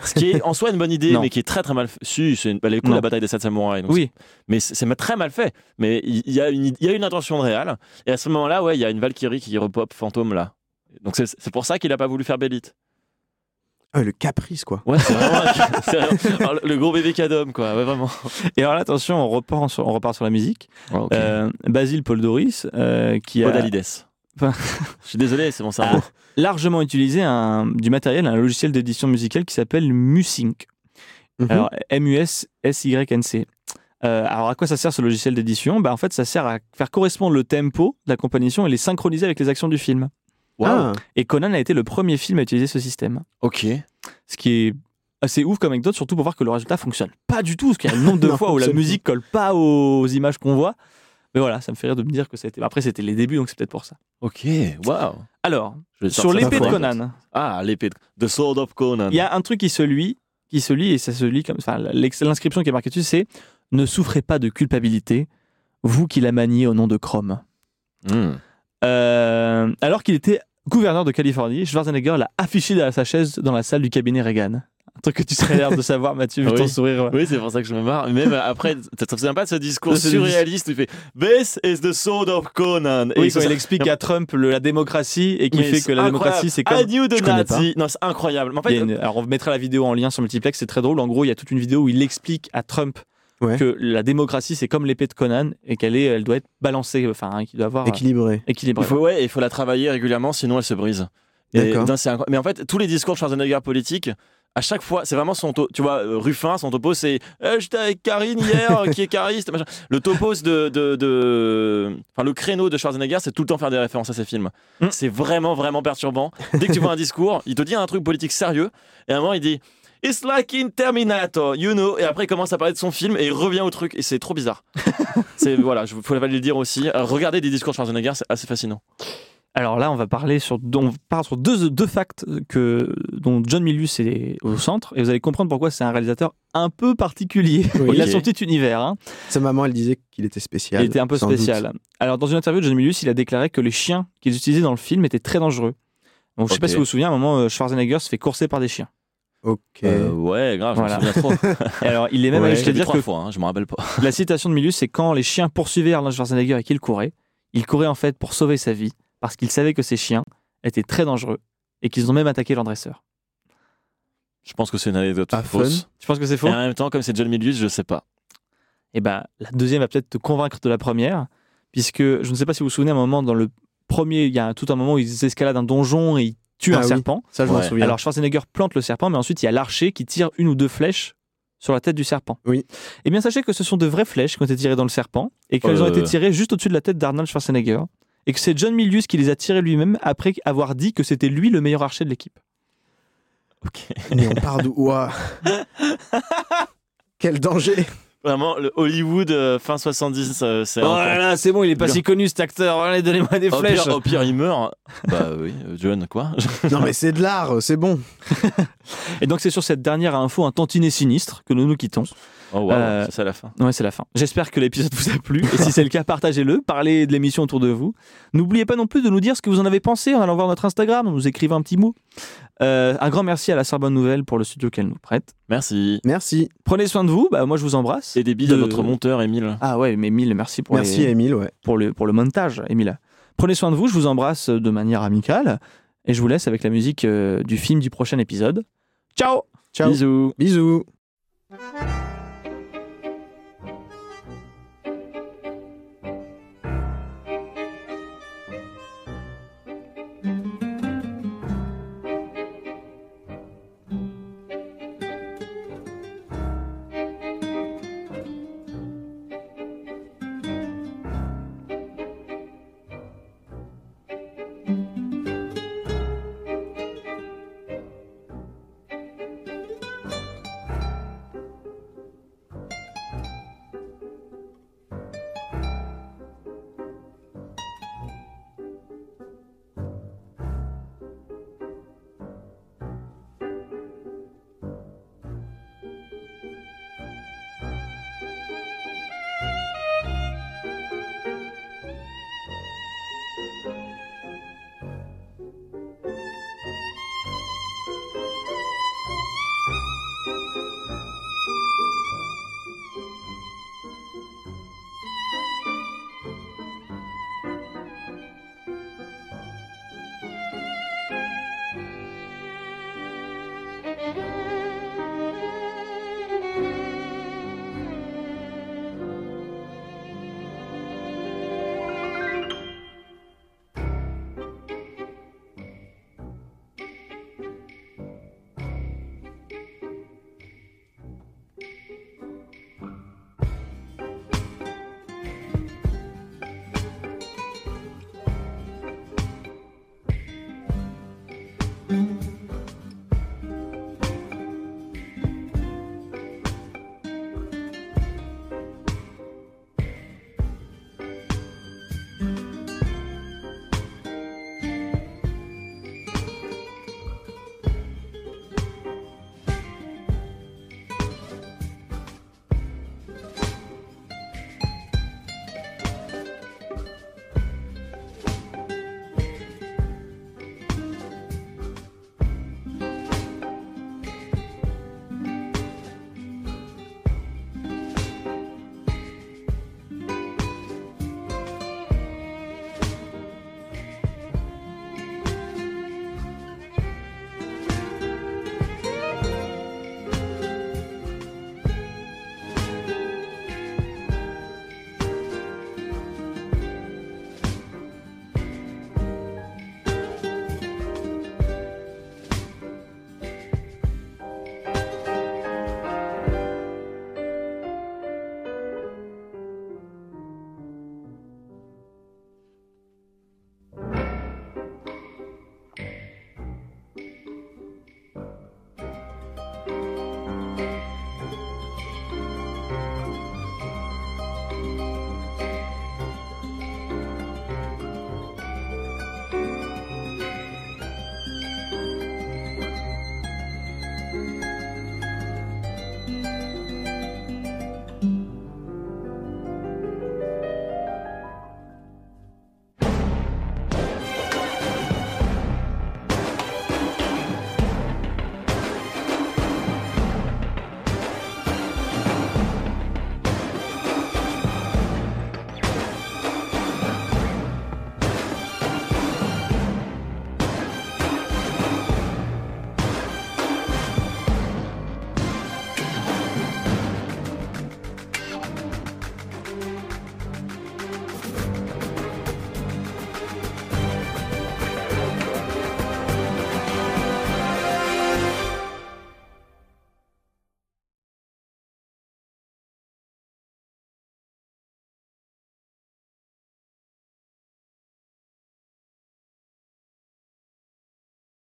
ce qui est en soi une bonne idée, Non. mais qui est très très mal fait. Si, c'est une- elle est cool Non. la bataille des 7 samouraïs. donc Oui, c'est- Mais c'est c'est très mal fait. Mais il il y, a une- il y a une intention de réal. Et à ce moment-là, ouais, il y a une Valkyrie qui repop fantôme là. Donc c'est c'est pour ça qu'il a pas voulu faire Bélite. Ah, le caprice, quoi. Ouais, (laughs) c'est vraiment, c'est vraiment- alors, le gros bébé cadom quoi, ouais vraiment. et alors là, attention, on repart sur, on repart sur la musique. Euh, Basile Paul Doris, euh, qui a Podalides. (laughs) Enfin- Je suis désolé, c'est mon cerveau. largement utilisé un- du matériel, un logiciel d'édition musicale qui s'appelle Musync. Mhm. Alors, M-U-S-S-Y-N-C. Euh, alors, à quoi ça sert ce logiciel d'édition bah, En fait, ça sert à faire correspondre le tempo de la compagnition et les synchroniser avec les actions du film. Ah, Et Conan a été le premier film à utiliser ce système. Ok. Ce qui est assez ouf comme anecdote, surtout pour voir que le résultat fonctionne pas du tout, parce qu'il y a le nombre de Non, fois où la absolument. musique colle pas aux images qu'on voit. Mais voilà, ça me fait rire de me dire que c'était. Après, c'était les débuts, donc c'est peut-être pour ça. Ok, waouh. Alors, Je vais sur sortir l'épée ça de pour- Conan, Ah, l'épée de The Sword of Conan. il y a un truc qui se lit, qui se lit et ça se lit comme enfin l'ex- l'inscription qui est marquée dessus, c'est ne souffrez pas de culpabilité, vous qui la maniez au nom de Chrome. Hmm. Euh, alors qu'il était gouverneur de Californie, Schwarzenegger l'a affiché dans sa chaise dans la salle du cabinet Reagan. Un truc que tu serais l'air de savoir, Mathieu, vu Oui. ton sourire. ouais. Oui, c'est pour ça que je me marre. Même après, ça te souviens pas de ce discours Ça, c'est le surréaliste où il fait This is the sword of Conan. Oui, il quand se- il explique à Trump le- la démocratie et qui Mais fait que la incroyable. Ah, démocratie, c'est comme. Adieu de Je connais Nazi. Non, c'est incroyable. Mais en Il y fait, a une- Alors, on mettra la vidéo en lien sur Multiplex, c'est très drôle. En gros, il y a toute une vidéo où il explique à Trump Ouais. que la démocratie, c'est comme l'épée de Conan et qu'elle est, elle doit être balancée, enfin, hein, qu'il doit avoir euh, équilibré. équilibré. il faut, ouais, il faut la travailler régulièrement, sinon elle se brise. Et D'accord. non, c'est incroyable. Mais en fait, tous les discours de Schwarzenegger politique, à chaque fois, c'est vraiment son topo. Tu vois, euh, Ruffin, son topo, c'est Eh, J'étais avec Karine hier, euh, qui est cariste. machin. Le topos de, de, de- Enfin, le créneau de Schwarzenegger, c'est tout le temps faire des références à ses films. Mm. C'est vraiment, vraiment perturbant. Dès que tu vois un discours, il te dit un truc politique sérieux, et à un moment, il dit. It's like in Terminator, you know. Et après, il commence à parler de son film et il revient au truc. Et c'est trop bizarre. c'est voilà, je voulais pas le dire aussi. Euh, Regardez des discours de Schwarzenegger, c'est assez fascinant. Alors là, on va parler sur, on part sur deux, deux facts que, dont John Milius est au centre, et vous allez comprendre pourquoi c'est un réalisateur un peu particulier. Oui. Il a Ok. son petit univers, hein. Sa maman, elle disait qu'il était spécial. il était un peu sans doute. spécial. Alors dans une interview de John Milius, il a déclaré que les chiens qu'ils utilisaient dans le film étaient très dangereux. Donc, je sais pas Ok. si vous vous souvenez, à un moment, euh, Schwarzenegger se fait courser par des chiens. Ok. Euh, ouais, grave, Voilà. je me souviens trop. Et alors, il est même Ouais, allé je jusqu'à l'ai vu dire trois que fois, hein, je me rappelle pas. (laughs) La citation de Milius, c'est quand les chiens poursuivaient Arnold Schwarzenegger et qu'il courait, il courait en fait pour sauver sa vie, parce qu'il savait que ces chiens étaient très dangereux et qu'ils ont même attaqué leur dresseur. Je pense que c'est une anecdote Ah, fun. fausse. Tu penses que c'est Et faux en même temps, comme c'est John Milius, je sais pas. Eh ben, la deuxième va peut-être te convaincre de la première, puisque je ne sais pas si vous vous souvenez, à un moment dans le premier, il y a un- tout un moment où ils escaladent un donjon et ils tuent Ah un oui. serpent. Ça, je m'en Ouais. souviens. Alors Schwarzenegger plante le serpent, mais ensuite il y a l'archer qui tire une ou deux flèches sur la tête du serpent. Oui. Eh bien, sachez que ce sont de vraies flèches qui ont été tirées dans le serpent et qu'elles ont Euh. été tirées juste au-dessus de la tête d'Arnold Schwarzenegger et que c'est John Milius qui les a tirées lui-même après avoir dit que c'était lui le meilleur archer de l'équipe. Ok. Mais on part d'où (laughs) Ouah. Quel danger Vraiment, le Hollywood euh, fin 70, euh, c'est. un peu- Oh c'est bon, il est pas si connu cet acteur. Allez, donnez-moi des (laughs) Au pire, au pire, il meurt. Bah oui, euh, John, quoi (laughs) Non mais c'est de l'art, c'est bon. Et donc c'est sur cette dernière info un tantinet sinistre que nous nous quittons. Oh wow, c'est ça la fin. Ouais, c'est la fin. J'espère que l'épisode vous a plu. Et si c'est le cas, partagez-le, parlez de l'émission autour de vous. N'oubliez pas non plus de nous dire ce que vous en avez pensé en allant voir notre Instagram, en nous écrivant un petit mot. Euh, un grand merci à la Sorbonne Nouvelle pour le studio qu'elle nous prête. Merci. Merci. Prenez soin de vous. Bah, moi, je vous embrasse. Et des bises De- à notre monteur, Émile. Ah ouais, mais Emile, merci pour Merci, les- Émile, ouais. pour le pour le montage, Emile. Prenez soin de vous. Je vous embrasse de manière amicale et je vous laisse avec la musique euh, du film du prochain épisode. Ciao. Ciao. Bisous. Bisous. Thank you.